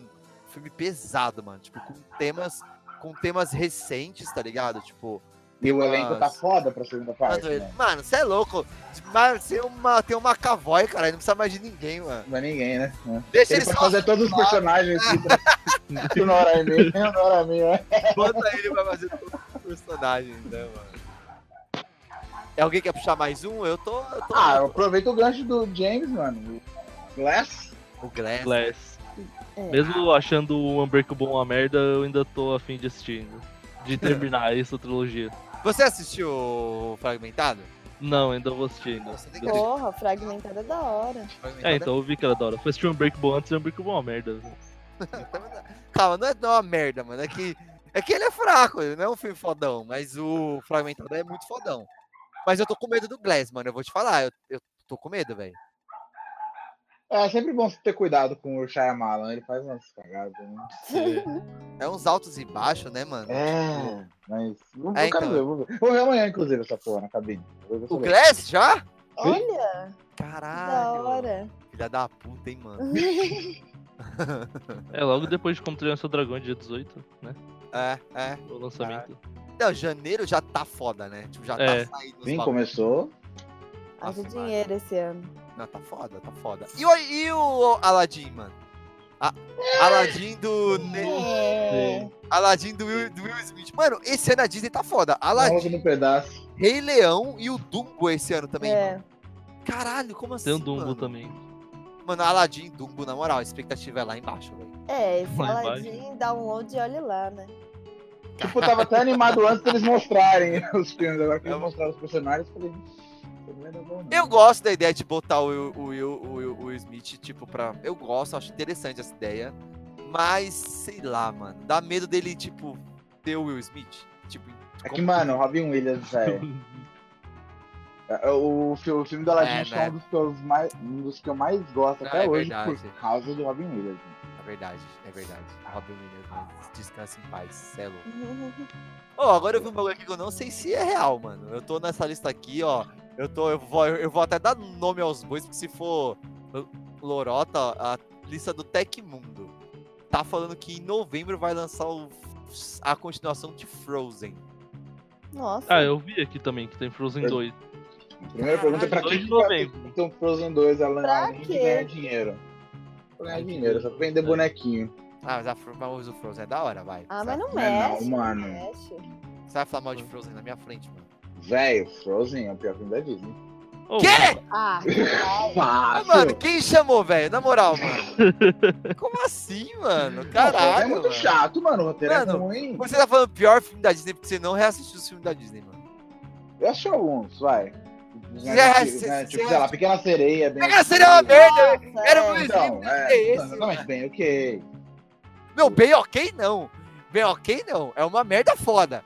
[SPEAKER 1] filme pesado, mano. Tipo, com temas, com temas recentes, tá ligado? Tipo,
[SPEAKER 4] E o elenco tá
[SPEAKER 1] Nossa.
[SPEAKER 4] foda pra segunda parte,
[SPEAKER 1] mano, ele-
[SPEAKER 4] né?
[SPEAKER 1] mano, você é louco. Mano, você é uma, tem uma cavói, cara, não precisa mais de ninguém, mano.
[SPEAKER 4] Não vai ninguém, né?
[SPEAKER 1] Deixa
[SPEAKER 4] Ele
[SPEAKER 1] ele
[SPEAKER 4] pode
[SPEAKER 1] só
[SPEAKER 4] fazer todos os personagens aqui. né? Tu não era mim, eu não era mim, né?
[SPEAKER 1] Bota ele pra fazer todos os personagens, né, mano? É alguém que quer puxar mais um? Eu tô. Eu tô
[SPEAKER 4] Ah, aproveita o gancho do James, mano. O Glass?
[SPEAKER 1] o Glass.
[SPEAKER 2] Glass.
[SPEAKER 3] É.
[SPEAKER 2] Mesmo achando o Unbreakable uma merda, eu ainda tô afim de assistir ainda. De terminar essa trilogia.
[SPEAKER 1] Você assistiu o Fragmentado?
[SPEAKER 2] Não, ainda vou assistir ainda.
[SPEAKER 1] Você tem que assistir
[SPEAKER 3] Porra, fragmentada é da hora.
[SPEAKER 1] o Fragmentado.
[SPEAKER 2] É, então eu vi que era da hora. Foi assistir Unbreakable antes e Unbreakable é uma merda.
[SPEAKER 1] Calma, não é, não é uma merda, mano. É que, é que ele é fraco, ele não é um filme fodão, mas o Fragmentado é muito fodão. Mas eu tô com medo do Glass, mano. Eu vou te falar, eu, eu tô com medo, velho.
[SPEAKER 4] É sempre bom ter cuidado com o Shyamalan, ele faz umas cagadas, né?
[SPEAKER 1] É uns altos e baixos, né, mano?
[SPEAKER 4] É, mas... Eu,
[SPEAKER 1] É,
[SPEAKER 4] eu quero
[SPEAKER 1] então.
[SPEAKER 4] ver, vou ver. Vou ver amanhã, inclusive, essa porra na cabine. Vou ver
[SPEAKER 1] O
[SPEAKER 4] sobre.
[SPEAKER 1] Glass já?
[SPEAKER 3] Olha, é da
[SPEAKER 1] Caralho.
[SPEAKER 3] hora.
[SPEAKER 1] Filha da puta, hein, mano.
[SPEAKER 2] É logo depois de Como Treinar Seu Dragão, dia 18, né?
[SPEAKER 1] É, é.
[SPEAKER 2] O lançamento.
[SPEAKER 1] Não, janeiro já tá foda, né? Tipo, já
[SPEAKER 2] É.
[SPEAKER 1] tá saindo os
[SPEAKER 4] Sim,
[SPEAKER 1] bagulho.
[SPEAKER 4] começou.
[SPEAKER 1] Nossa, mano.
[SPEAKER 3] Haja dinheiro esse ano.
[SPEAKER 1] Não, tá foda, tá foda. E o, e o Aladdin, mano? A- Aladdin do. Ne-
[SPEAKER 2] É.
[SPEAKER 1] Aladdin do Will, do Will Smith. Mano, esse ano a Disney tá foda.
[SPEAKER 4] Maluco
[SPEAKER 1] Aladdin,
[SPEAKER 4] no pedaço.
[SPEAKER 1] Rei Leão e o Dumbo esse ano também.
[SPEAKER 3] É.
[SPEAKER 1] Caralho, como assim?
[SPEAKER 2] Tem o Dumbo
[SPEAKER 1] mano?
[SPEAKER 2] também.
[SPEAKER 1] Mano, Aladdin, Dumbo, na moral, a expectativa é lá embaixo, velho.
[SPEAKER 3] É, esse
[SPEAKER 2] Vai, vai.
[SPEAKER 3] Aladdin, download e olha lá, né?
[SPEAKER 4] Tipo, tava até animado antes deles mostrarem os filmes. Agora que
[SPEAKER 1] Eu-
[SPEAKER 4] eles mostraram os personagens, falei... "Isso não é bom, não."
[SPEAKER 1] Eu gosto da ideia de botar o Will, o Will, o Will- o Will Smith, tipo, pra. Eu gosto, acho interessante essa ideia. Mas, sei lá, mano. Dá medo dele, tipo, ter o Will Smith. Tipo,
[SPEAKER 4] É que, mano, Robin Williams, velho. É, O, fi- o filme do Aladdin
[SPEAKER 1] É,
[SPEAKER 4] acho que
[SPEAKER 1] né?
[SPEAKER 4] é um dos, que eu mais, um dos que eu mais gosto
[SPEAKER 1] Não,
[SPEAKER 4] até
[SPEAKER 1] é
[SPEAKER 4] hoje
[SPEAKER 1] verdade.
[SPEAKER 4] por causa do Robin Williams.
[SPEAKER 1] É verdade, é verdade. Robin Williams, né? descansa em paz, cê é louco. Ó, agora eu vi um bagulho aqui que eu não sei se é real, mano. Eu tô nessa lista aqui, ó. Eu, tô, eu, vou, eu vou até dar nome aos bois, porque se for l- lorota, a lista do Tecmundo tá falando que em novembro vai lançar o- a continuação de Frozen.
[SPEAKER 3] Nossa.
[SPEAKER 2] Ah, eu vi aqui também que tem Frozen
[SPEAKER 1] É.
[SPEAKER 4] Eu-
[SPEAKER 2] 2.
[SPEAKER 4] Primeira pergunta é pra
[SPEAKER 2] Ah, Dois de
[SPEAKER 4] quem
[SPEAKER 2] novembro.
[SPEAKER 4] então Frozen 2 ela
[SPEAKER 3] Pra
[SPEAKER 4] além de
[SPEAKER 3] quê?
[SPEAKER 4] ganhar dinheiro. Pra ganhar dinheiro, só pra vender bonequinho.
[SPEAKER 1] Ah, mas, a, Fro- mas o Frozen é da hora, vai.
[SPEAKER 3] Ah, mas não
[SPEAKER 4] Não é
[SPEAKER 3] mexe.
[SPEAKER 4] não,
[SPEAKER 3] Não,
[SPEAKER 4] mano.
[SPEAKER 3] mexe.
[SPEAKER 1] Você vai falar mal de Frozen na minha frente, mano.
[SPEAKER 4] Velho, Frozen é o pior filme da Disney.
[SPEAKER 2] Oh,
[SPEAKER 1] Quê?
[SPEAKER 3] Ah,
[SPEAKER 1] Ah,
[SPEAKER 4] Fácil.
[SPEAKER 1] mano, quem chamou, velho? Na moral, mano. Como assim, mano?
[SPEAKER 4] Não, Frozen
[SPEAKER 1] Caralho.
[SPEAKER 4] É muito
[SPEAKER 1] mano.
[SPEAKER 4] chato, mano. O roteiro é
[SPEAKER 1] Mano,
[SPEAKER 4] ruim.
[SPEAKER 1] Por que você tá falando pior filme da Disney? Porque você não reassistiu os filmes da Disney, mano.
[SPEAKER 4] Eu achei alguns, vai.
[SPEAKER 1] Já-
[SPEAKER 4] né, tipo, né,
[SPEAKER 1] cê-
[SPEAKER 4] tipo,
[SPEAKER 1] cê-
[SPEAKER 4] sei lá, Pequena Sereia. Bem assim.
[SPEAKER 1] Pequena Sereia é uma merda.
[SPEAKER 3] nossa,
[SPEAKER 1] Era
[SPEAKER 3] é.
[SPEAKER 1] por isso.
[SPEAKER 4] Então,
[SPEAKER 1] É
[SPEAKER 4] é,
[SPEAKER 1] esse,
[SPEAKER 4] exatamente, bem ok.
[SPEAKER 1] Meu, bem ok não. Bem ok não. É uma merda foda.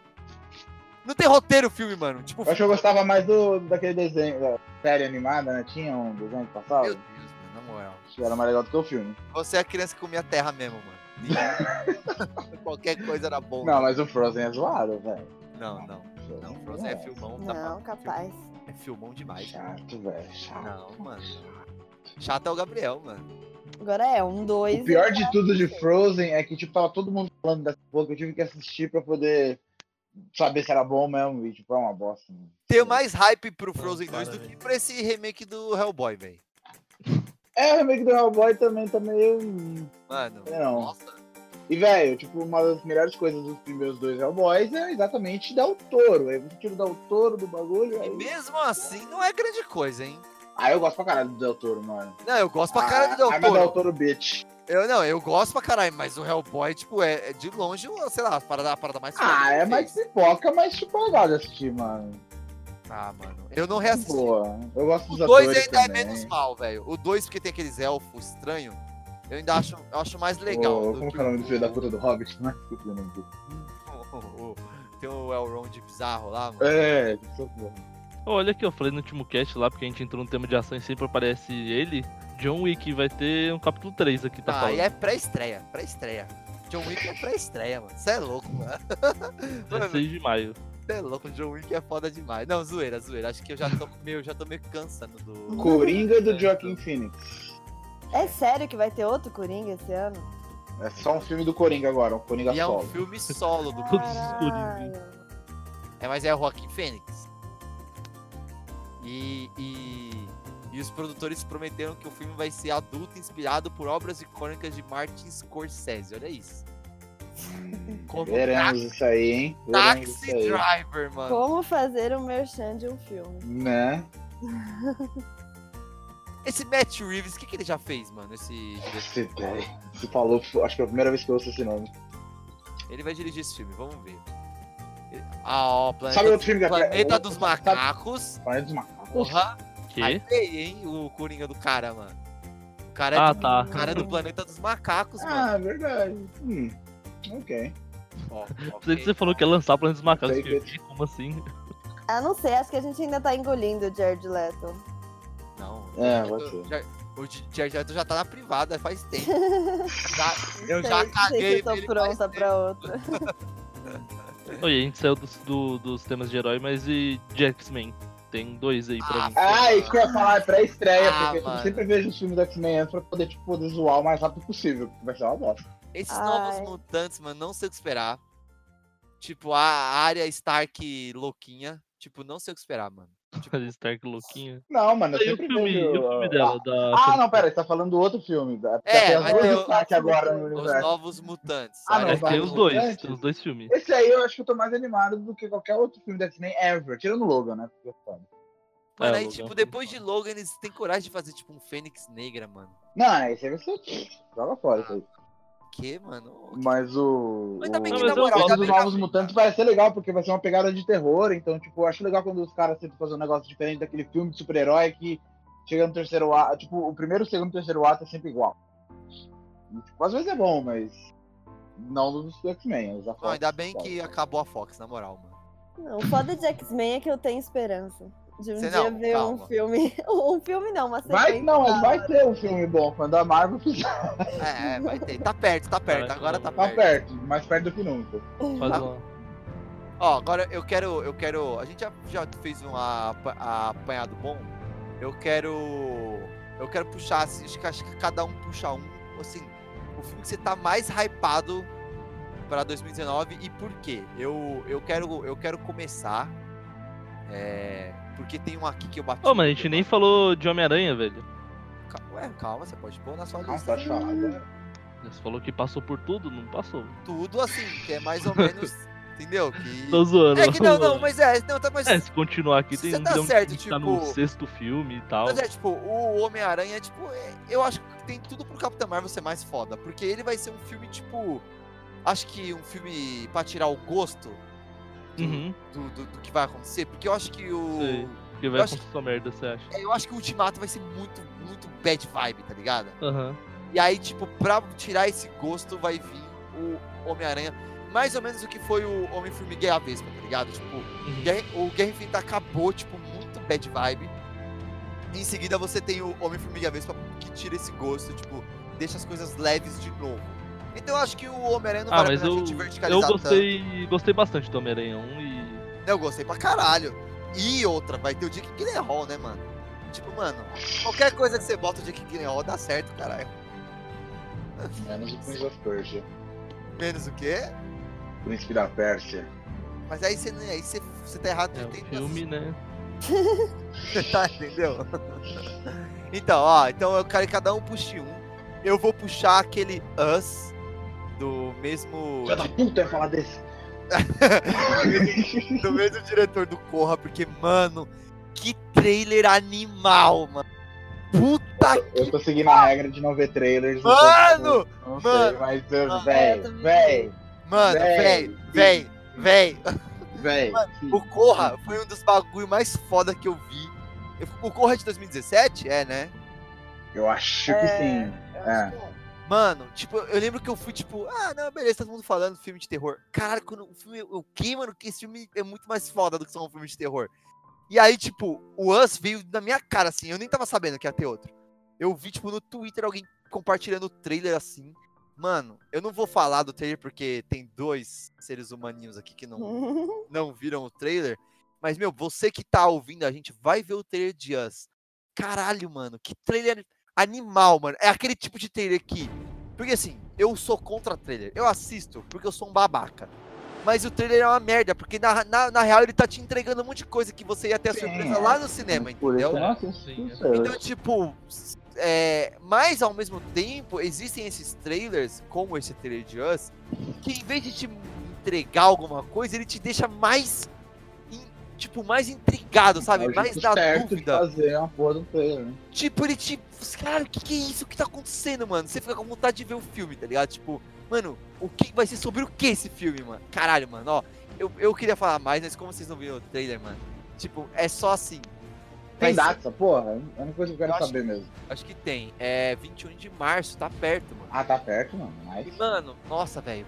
[SPEAKER 1] Não tem roteiro o filme, mano. Tipo,
[SPEAKER 4] Eu acho que eu gostava mais do, daquele desenho, da série animada, né? Tinha um desenho que passava,
[SPEAKER 1] meu Deus, mano, na moral.
[SPEAKER 4] que era mais legal do que o filme.
[SPEAKER 1] Você é a criança que comia terra mesmo, mano. Qualquer coisa era bom.
[SPEAKER 4] Não, mas o Frozen é zoado, velho.
[SPEAKER 1] Não, não. Não, Frozen é filmão. tá
[SPEAKER 3] Não,
[SPEAKER 1] falando.
[SPEAKER 3] capaz.
[SPEAKER 1] É filmão demais. cara.
[SPEAKER 4] Chato, velho, chato.
[SPEAKER 1] Não, mano. Chato é o Gabriel, mano.
[SPEAKER 3] Agora é, um, dois.
[SPEAKER 4] O pior de tudo de Frozen é que, tipo, tava todo mundo falando dessa porra que eu tive que assistir pra poder saber se era bom mesmo. E, tipo, é uma bosta. né?
[SPEAKER 1] Tenho mais hype pro Frozen
[SPEAKER 2] para,
[SPEAKER 1] 2 do
[SPEAKER 2] velho.
[SPEAKER 1] que pra esse remake do Hellboy, velho.
[SPEAKER 4] É, o remake do Hellboy também tá meio. hum,
[SPEAKER 1] Mano,
[SPEAKER 4] Não.
[SPEAKER 1] nossa.
[SPEAKER 4] E, velho, tipo, uma das melhores coisas dos primeiros dois Hellboys é exatamente dar o touro. Aí você tira o Del Toro do bagulho.
[SPEAKER 1] E
[SPEAKER 4] Aí...
[SPEAKER 1] mesmo assim, não é grande coisa, hein?
[SPEAKER 4] Ah, eu gosto pra caralho do Del Toro, mano.
[SPEAKER 1] Não, eu gosto pra caralho do
[SPEAKER 4] Ah, Arma
[SPEAKER 1] Del Toro.
[SPEAKER 4] Del Toro, bitch.
[SPEAKER 1] Eu não, eu gosto pra caralho, mas o Hellboy, tipo, é, é de longe, o- sei lá, a parada, a parada mais foda
[SPEAKER 4] Ah,
[SPEAKER 1] que
[SPEAKER 4] é
[SPEAKER 1] ele
[SPEAKER 4] mais
[SPEAKER 1] fez.
[SPEAKER 4] pipoca, mas, tipo, é legal de assistir, mano.
[SPEAKER 1] Ah, mano. Eu não reassisti.
[SPEAKER 4] Boa. Eu gosto
[SPEAKER 1] O
[SPEAKER 4] dos
[SPEAKER 1] 2
[SPEAKER 4] atores
[SPEAKER 1] ainda
[SPEAKER 4] também.
[SPEAKER 1] é menos mal, velho. O 2, porque tem aqueles elfos estranhos, eu ainda acho, eu acho mais legal.
[SPEAKER 4] Ô,
[SPEAKER 1] do
[SPEAKER 4] como
[SPEAKER 1] que
[SPEAKER 4] que é o nome do filho da puta do Hobbit? Não é que eu não vi.
[SPEAKER 1] o- o- Tem o Elrond bizarro lá, mano.
[SPEAKER 4] É, isso mesmo.
[SPEAKER 2] Olha aqui, eu falei no último cast lá, porque a gente entrou no tema de ação e sempre aparece ele. John Wick vai ter um capítulo 3 aqui, tá
[SPEAKER 1] Ah,
[SPEAKER 2] falando.
[SPEAKER 1] e é pré-estreia, pré-estreia. John Wick é pré-estreia, mano. Você é louco, mano. mano.
[SPEAKER 2] 16 de maio.
[SPEAKER 1] Você é louco, John Wick é foda demais. Não, zoeira, zoeira. Acho que eu já tô meio, já tô meio cansando do.
[SPEAKER 4] Coringa do Joaquim Phoenix.
[SPEAKER 3] É sério que vai ter outro Coringa esse ano?
[SPEAKER 4] É só um filme do Coringa agora, um Coringa
[SPEAKER 1] E é um
[SPEAKER 4] solo.
[SPEAKER 1] filme solo do
[SPEAKER 2] Todos os
[SPEAKER 3] Caralho.
[SPEAKER 1] É, mas é o Joaquim Fênix. E, e, e os produtores prometeram que o filme vai ser adulto, inspirado por obras icônicas de Martin Scorsese. Olha isso. Como
[SPEAKER 4] Veremos
[SPEAKER 1] Taxi-
[SPEAKER 4] isso aí, hein? Veremos
[SPEAKER 1] Taxi
[SPEAKER 4] isso aí.
[SPEAKER 1] Driver, mano.
[SPEAKER 3] Como fazer um merchan de um filme?
[SPEAKER 4] Né?
[SPEAKER 1] Esse Matt Reeves, o que, que ele já fez, mano? Esse diretor?
[SPEAKER 4] Essa ideia. Você falou, acho que é a primeira vez que eu ouço esse nome.
[SPEAKER 1] Ele vai dirigir esse filme, vamos ver. Ele- Ah, ó, Planeta,
[SPEAKER 4] Sabe outro filme que é-
[SPEAKER 1] Planeta
[SPEAKER 4] é-
[SPEAKER 1] dos
[SPEAKER 4] sabe-
[SPEAKER 1] Macacos.
[SPEAKER 4] Planeta dos Macacos?
[SPEAKER 1] Porra,
[SPEAKER 2] Que?
[SPEAKER 1] aí, hein, o Coringa do cara, mano. O cara é
[SPEAKER 2] Ah,
[SPEAKER 1] do,
[SPEAKER 2] tá.
[SPEAKER 1] o cara é do Planeta dos Macacos, mano.
[SPEAKER 4] Ah, verdade. Hum. Ok.
[SPEAKER 1] Ó,
[SPEAKER 2] Pensei que
[SPEAKER 1] ok.
[SPEAKER 2] você falou que ia lançar Planos Macacos.
[SPEAKER 4] Sei
[SPEAKER 2] eu fiquei, Como assim?
[SPEAKER 3] Ah, não sei, acho que a gente ainda tá engolindo o Jared Leto.
[SPEAKER 1] Não.
[SPEAKER 4] É,
[SPEAKER 1] o
[SPEAKER 4] vai ser.
[SPEAKER 1] Jared- O Jared Leto já tá na privada faz tempo. Já- eu já
[SPEAKER 3] Sei- sei
[SPEAKER 1] caguei
[SPEAKER 3] Então, que eu tô
[SPEAKER 1] nele faz
[SPEAKER 3] pronta
[SPEAKER 1] tempo.
[SPEAKER 3] pra outra.
[SPEAKER 2] Oi, a gente saiu dos, do- dos temas de herói, mas e de X-Men? Tem dois aí pra
[SPEAKER 1] Ah,
[SPEAKER 2] mim.
[SPEAKER 4] Ai, que eu ia falar, é pré-estreia,
[SPEAKER 1] Ah,
[SPEAKER 4] porque tipo,
[SPEAKER 1] mano.
[SPEAKER 4] eu sempre vejo os filmes do X-Men antes pra poder, tipo, poder zoar o mais rápido possível, porque vai ser uma bosta.
[SPEAKER 1] Esses
[SPEAKER 3] Ai.
[SPEAKER 1] novos mutantes, mano, não sei o que esperar. Tipo, a área Stark louquinha. Tipo, não sei o que esperar, mano.
[SPEAKER 2] Tipo, Stark louquinha.
[SPEAKER 4] Não, mano,
[SPEAKER 2] E
[SPEAKER 4] eu
[SPEAKER 2] o
[SPEAKER 4] sempre
[SPEAKER 2] filme, e
[SPEAKER 4] vejo...
[SPEAKER 2] o filme
[SPEAKER 4] ah,
[SPEAKER 2] dela? da
[SPEAKER 4] Ah, não, pera, você tá falando do outro filme. da- porque
[SPEAKER 1] É,
[SPEAKER 4] tem as
[SPEAKER 1] vai
[SPEAKER 4] duas
[SPEAKER 1] ter o-
[SPEAKER 4] destaque agora no
[SPEAKER 1] Os
[SPEAKER 4] universo.
[SPEAKER 1] novos mutantes.
[SPEAKER 4] Ah,
[SPEAKER 1] sabe?
[SPEAKER 4] não,
[SPEAKER 2] É,
[SPEAKER 4] vai
[SPEAKER 2] tem
[SPEAKER 4] no
[SPEAKER 2] os dois,
[SPEAKER 4] Mutante?
[SPEAKER 2] tem os dois filmes.
[SPEAKER 4] Esse aí eu acho que eu tô mais animado do que qualquer outro filme da X-Men ever, tirando o Logan, né? porque é foda.
[SPEAKER 1] Mano,
[SPEAKER 2] É,
[SPEAKER 1] aí,
[SPEAKER 2] Logan
[SPEAKER 1] tipo,
[SPEAKER 2] foi
[SPEAKER 1] depois de
[SPEAKER 2] foda.
[SPEAKER 1] Logan, eles têm coragem de fazer, tipo, um Fênix Negra, mano.
[SPEAKER 4] Não, é esse aí você joga fora isso aí.
[SPEAKER 1] Que, mano?
[SPEAKER 4] Mas o.
[SPEAKER 1] Mas também
[SPEAKER 4] o-
[SPEAKER 1] que, né,
[SPEAKER 2] na
[SPEAKER 4] o
[SPEAKER 2] moral,
[SPEAKER 4] filme
[SPEAKER 2] já
[SPEAKER 4] dos
[SPEAKER 1] pega-
[SPEAKER 4] Novos Mutantes vai ser legal, porque vai ser uma pegada de terror. Então, tipo, eu acho legal quando os caras tentam fazer um negócio diferente daquele filme de super-herói que chega no terceiro ato. Tipo, o primeiro, o segundo e o terceiro ato é sempre igual. E, tipo, às vezes é bom, mas. Não dos X-Men. os da
[SPEAKER 1] Não,
[SPEAKER 4] Fox,
[SPEAKER 1] ainda bem
[SPEAKER 4] sabe?
[SPEAKER 1] que acabou a Fox, na moral, mano.
[SPEAKER 3] Não, o foda de X-Men é que eu tenho esperança. De um
[SPEAKER 1] Sei
[SPEAKER 3] dia
[SPEAKER 1] não,
[SPEAKER 3] ver um
[SPEAKER 1] calma.
[SPEAKER 3] filme. Um filme não, uma
[SPEAKER 4] Vai que
[SPEAKER 3] sequência.
[SPEAKER 4] não,
[SPEAKER 1] tá
[SPEAKER 4] mas vai ter um filme bom quando a Marvel fizer.
[SPEAKER 1] É, é, vai ter. Tá perto, tá perto.
[SPEAKER 2] Caraca,
[SPEAKER 1] Agora tá
[SPEAKER 4] Tá
[SPEAKER 1] perto.
[SPEAKER 4] perto, mais perto do que nunca.
[SPEAKER 2] Faz uma-
[SPEAKER 1] Ó, agora eu quero. Eu quero. A gente já, já fez um apa- a- apanhado bom. Eu quero. Eu quero puxar, assim, acho que, acho que cada um puxa um. Assim, o filme que você tá mais hypado pra 2019 e por quê? Eu, eu, quero, eu quero começar. É, porque tem um aqui que eu bati.
[SPEAKER 2] Ô, mas a gente nem falou de Homem-Aranha, velho.
[SPEAKER 1] Ca- Ué, calma, você pode pôr na sua
[SPEAKER 4] Não,
[SPEAKER 1] lista.
[SPEAKER 4] pode falar agora.
[SPEAKER 2] Você falou que passou por tudo, não passou.
[SPEAKER 1] Tudo assim, que é mais ou menos. entendeu? Que...
[SPEAKER 2] Tô zoando.
[SPEAKER 1] É que não,
[SPEAKER 2] tô zoando.
[SPEAKER 1] não, mas é. Não, tá, mas
[SPEAKER 2] É, se continuar aqui,
[SPEAKER 1] Você
[SPEAKER 2] tem um
[SPEAKER 1] tá
[SPEAKER 2] milhão de
[SPEAKER 1] certo,
[SPEAKER 2] gente que tá no
[SPEAKER 1] tipo-
[SPEAKER 2] sexto filme e tal.
[SPEAKER 1] Mas é, tipo, o Homem-Aranha, tipo, é- eu acho que tem tudo pro Capitão Marvel ser mais foda. Porque ele vai ser um filme, tipo. Acho que um filme pra tirar o gosto do,
[SPEAKER 2] Uhum.
[SPEAKER 1] do, do- do que vai acontecer. Porque eu acho que o.
[SPEAKER 2] Sei. Porque vai
[SPEAKER 1] Eu acho
[SPEAKER 2] acontecer sua merda, você acha?
[SPEAKER 1] é, Eu acho que o Ultimato vai ser muito, muito bad vibe, tá ligado?
[SPEAKER 2] Aham.
[SPEAKER 1] E aí, tipo, pra tirar esse gosto, vai vir o Homem-Aranha. Mais ou menos o que foi o Homem-Formiga e a Vespa, tá ligado? Tipo,
[SPEAKER 2] Uhum.
[SPEAKER 1] Guerra- o Guerra Infinita acabou, tipo, muito bad vibe. Em seguida você tem o Homem-Formiga e a Vespa que tira esse gosto, tipo, deixa as coisas leves de novo. Então eu acho que o Homem-Aranha não
[SPEAKER 2] Ah,
[SPEAKER 1] vale a
[SPEAKER 2] mas
[SPEAKER 1] pena a
[SPEAKER 2] eu,
[SPEAKER 1] gente
[SPEAKER 2] eu
[SPEAKER 1] verticalizar
[SPEAKER 2] gostei, gostei bastante do Homem-Aranha 1 e.
[SPEAKER 1] tanto. Eu gostei pra caralho. E outra, vai ter o Jake Gyllenhaal, né, mano? Tipo, mano, qualquer coisa que você bota o Jake Gyllenhaal dá certo, caralho.
[SPEAKER 4] Menos o Príncipe da Pérsia.
[SPEAKER 1] Menos o quê?
[SPEAKER 4] Príncipe da Pérsia.
[SPEAKER 1] Mas aí você, aí você, você tá errado de
[SPEAKER 2] É, o
[SPEAKER 1] 80
[SPEAKER 2] filme, né?
[SPEAKER 1] tá, entendeu? Então, ó, então eu quero que cada um puxe um. Eu vou puxar aquele Us do mesmo
[SPEAKER 4] Filha da puta, eu ia falar desse.
[SPEAKER 1] do mesmo diretor do Corra, porque mano, que trailer animal, mano. Puta
[SPEAKER 4] Eu tô seguindo a regra de não ver trailers. então,
[SPEAKER 1] Mano!
[SPEAKER 4] tipo, Não
[SPEAKER 1] Mano!
[SPEAKER 4] sei, mas eu,
[SPEAKER 1] Mano,
[SPEAKER 3] Ah, eu
[SPEAKER 4] véi,
[SPEAKER 3] também
[SPEAKER 4] véi,
[SPEAKER 1] mano,
[SPEAKER 4] Véi.
[SPEAKER 1] véi, véi, véi.
[SPEAKER 4] véi.
[SPEAKER 1] O Corra foi um dos bagulho mais foda que eu vi. Eu- O Corra é de 2017, é, né?
[SPEAKER 4] Eu acho que
[SPEAKER 3] É.
[SPEAKER 4] sim. É.
[SPEAKER 1] Mano, tipo, eu lembro que eu fui, tipo, ah, não, beleza, todo mundo falando filme de terror. Caralho, quando o filme. O que, mano? Que esse filme é muito mais foda do que só um filme de terror. E aí, tipo, o Us veio na minha cara, assim, eu nem tava sabendo que ia ter outro. Eu vi, tipo, no Twitter alguém compartilhando o trailer assim. Mano, eu não vou falar do trailer porque tem dois seres humaninhos aqui que não, não viram o trailer. Mas, meu, você que tá ouvindo a gente, vai ver o trailer de Us. Caralho, mano, que trailer animal, mano. É aquele tipo de trailer que. Porque assim, eu sou contra trailer. Eu assisto porque eu sou um babaca. Mas o trailer é uma merda, porque na, na, na real ele tá te entregando um monte de coisa que você ia ter a
[SPEAKER 4] Sim,
[SPEAKER 1] surpresa
[SPEAKER 4] é.
[SPEAKER 1] lá no cinema,
[SPEAKER 4] Por isso
[SPEAKER 1] entendeu?
[SPEAKER 4] eu não assisto.
[SPEAKER 2] Sim, é.
[SPEAKER 1] Então, tipo, s- é, mas ao mesmo tempo, existem esses trailers, como esse trailer de Us, que em vez de te entregar alguma coisa, ele te deixa mais, in- tipo, mais intrigado, sabe?
[SPEAKER 4] É o
[SPEAKER 1] mais
[SPEAKER 4] jeito
[SPEAKER 1] na
[SPEAKER 4] certo de
[SPEAKER 1] dúvida.
[SPEAKER 4] fazer uma porra do trailer. né?
[SPEAKER 1] Tipo, ele te. Cara, o que, que é isso que tá acontecendo, mano? Você fica com vontade de ver o filme, tá ligado? Tipo, mano, o que vai ser sobre o que esse filme, mano? Caralho, mano, ó. Eu, eu queria falar mais, mas como vocês não viram o trailer, mano? Tipo, é só assim. Vai
[SPEAKER 4] Tem
[SPEAKER 1] ser-
[SPEAKER 4] data essa porra? É a única coisa que eu quero
[SPEAKER 1] Eu acho
[SPEAKER 4] saber mesmo.
[SPEAKER 1] Acho que tem. É 21 de março, tá perto, mano.
[SPEAKER 4] Ah, tá perto, mano.
[SPEAKER 1] E,
[SPEAKER 4] Mas...
[SPEAKER 1] mano, nossa, velho.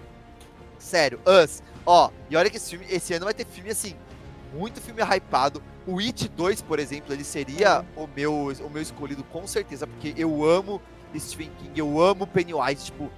[SPEAKER 1] Sério, Us. Ó, e olha que esse filme, esse ano vai ter filme assim, muito filme hypado. O It 2, por exemplo, ele seria o, meu, o meu escolhido com certeza, porque eu amo Stephen King, eu amo Pennywise, tipo,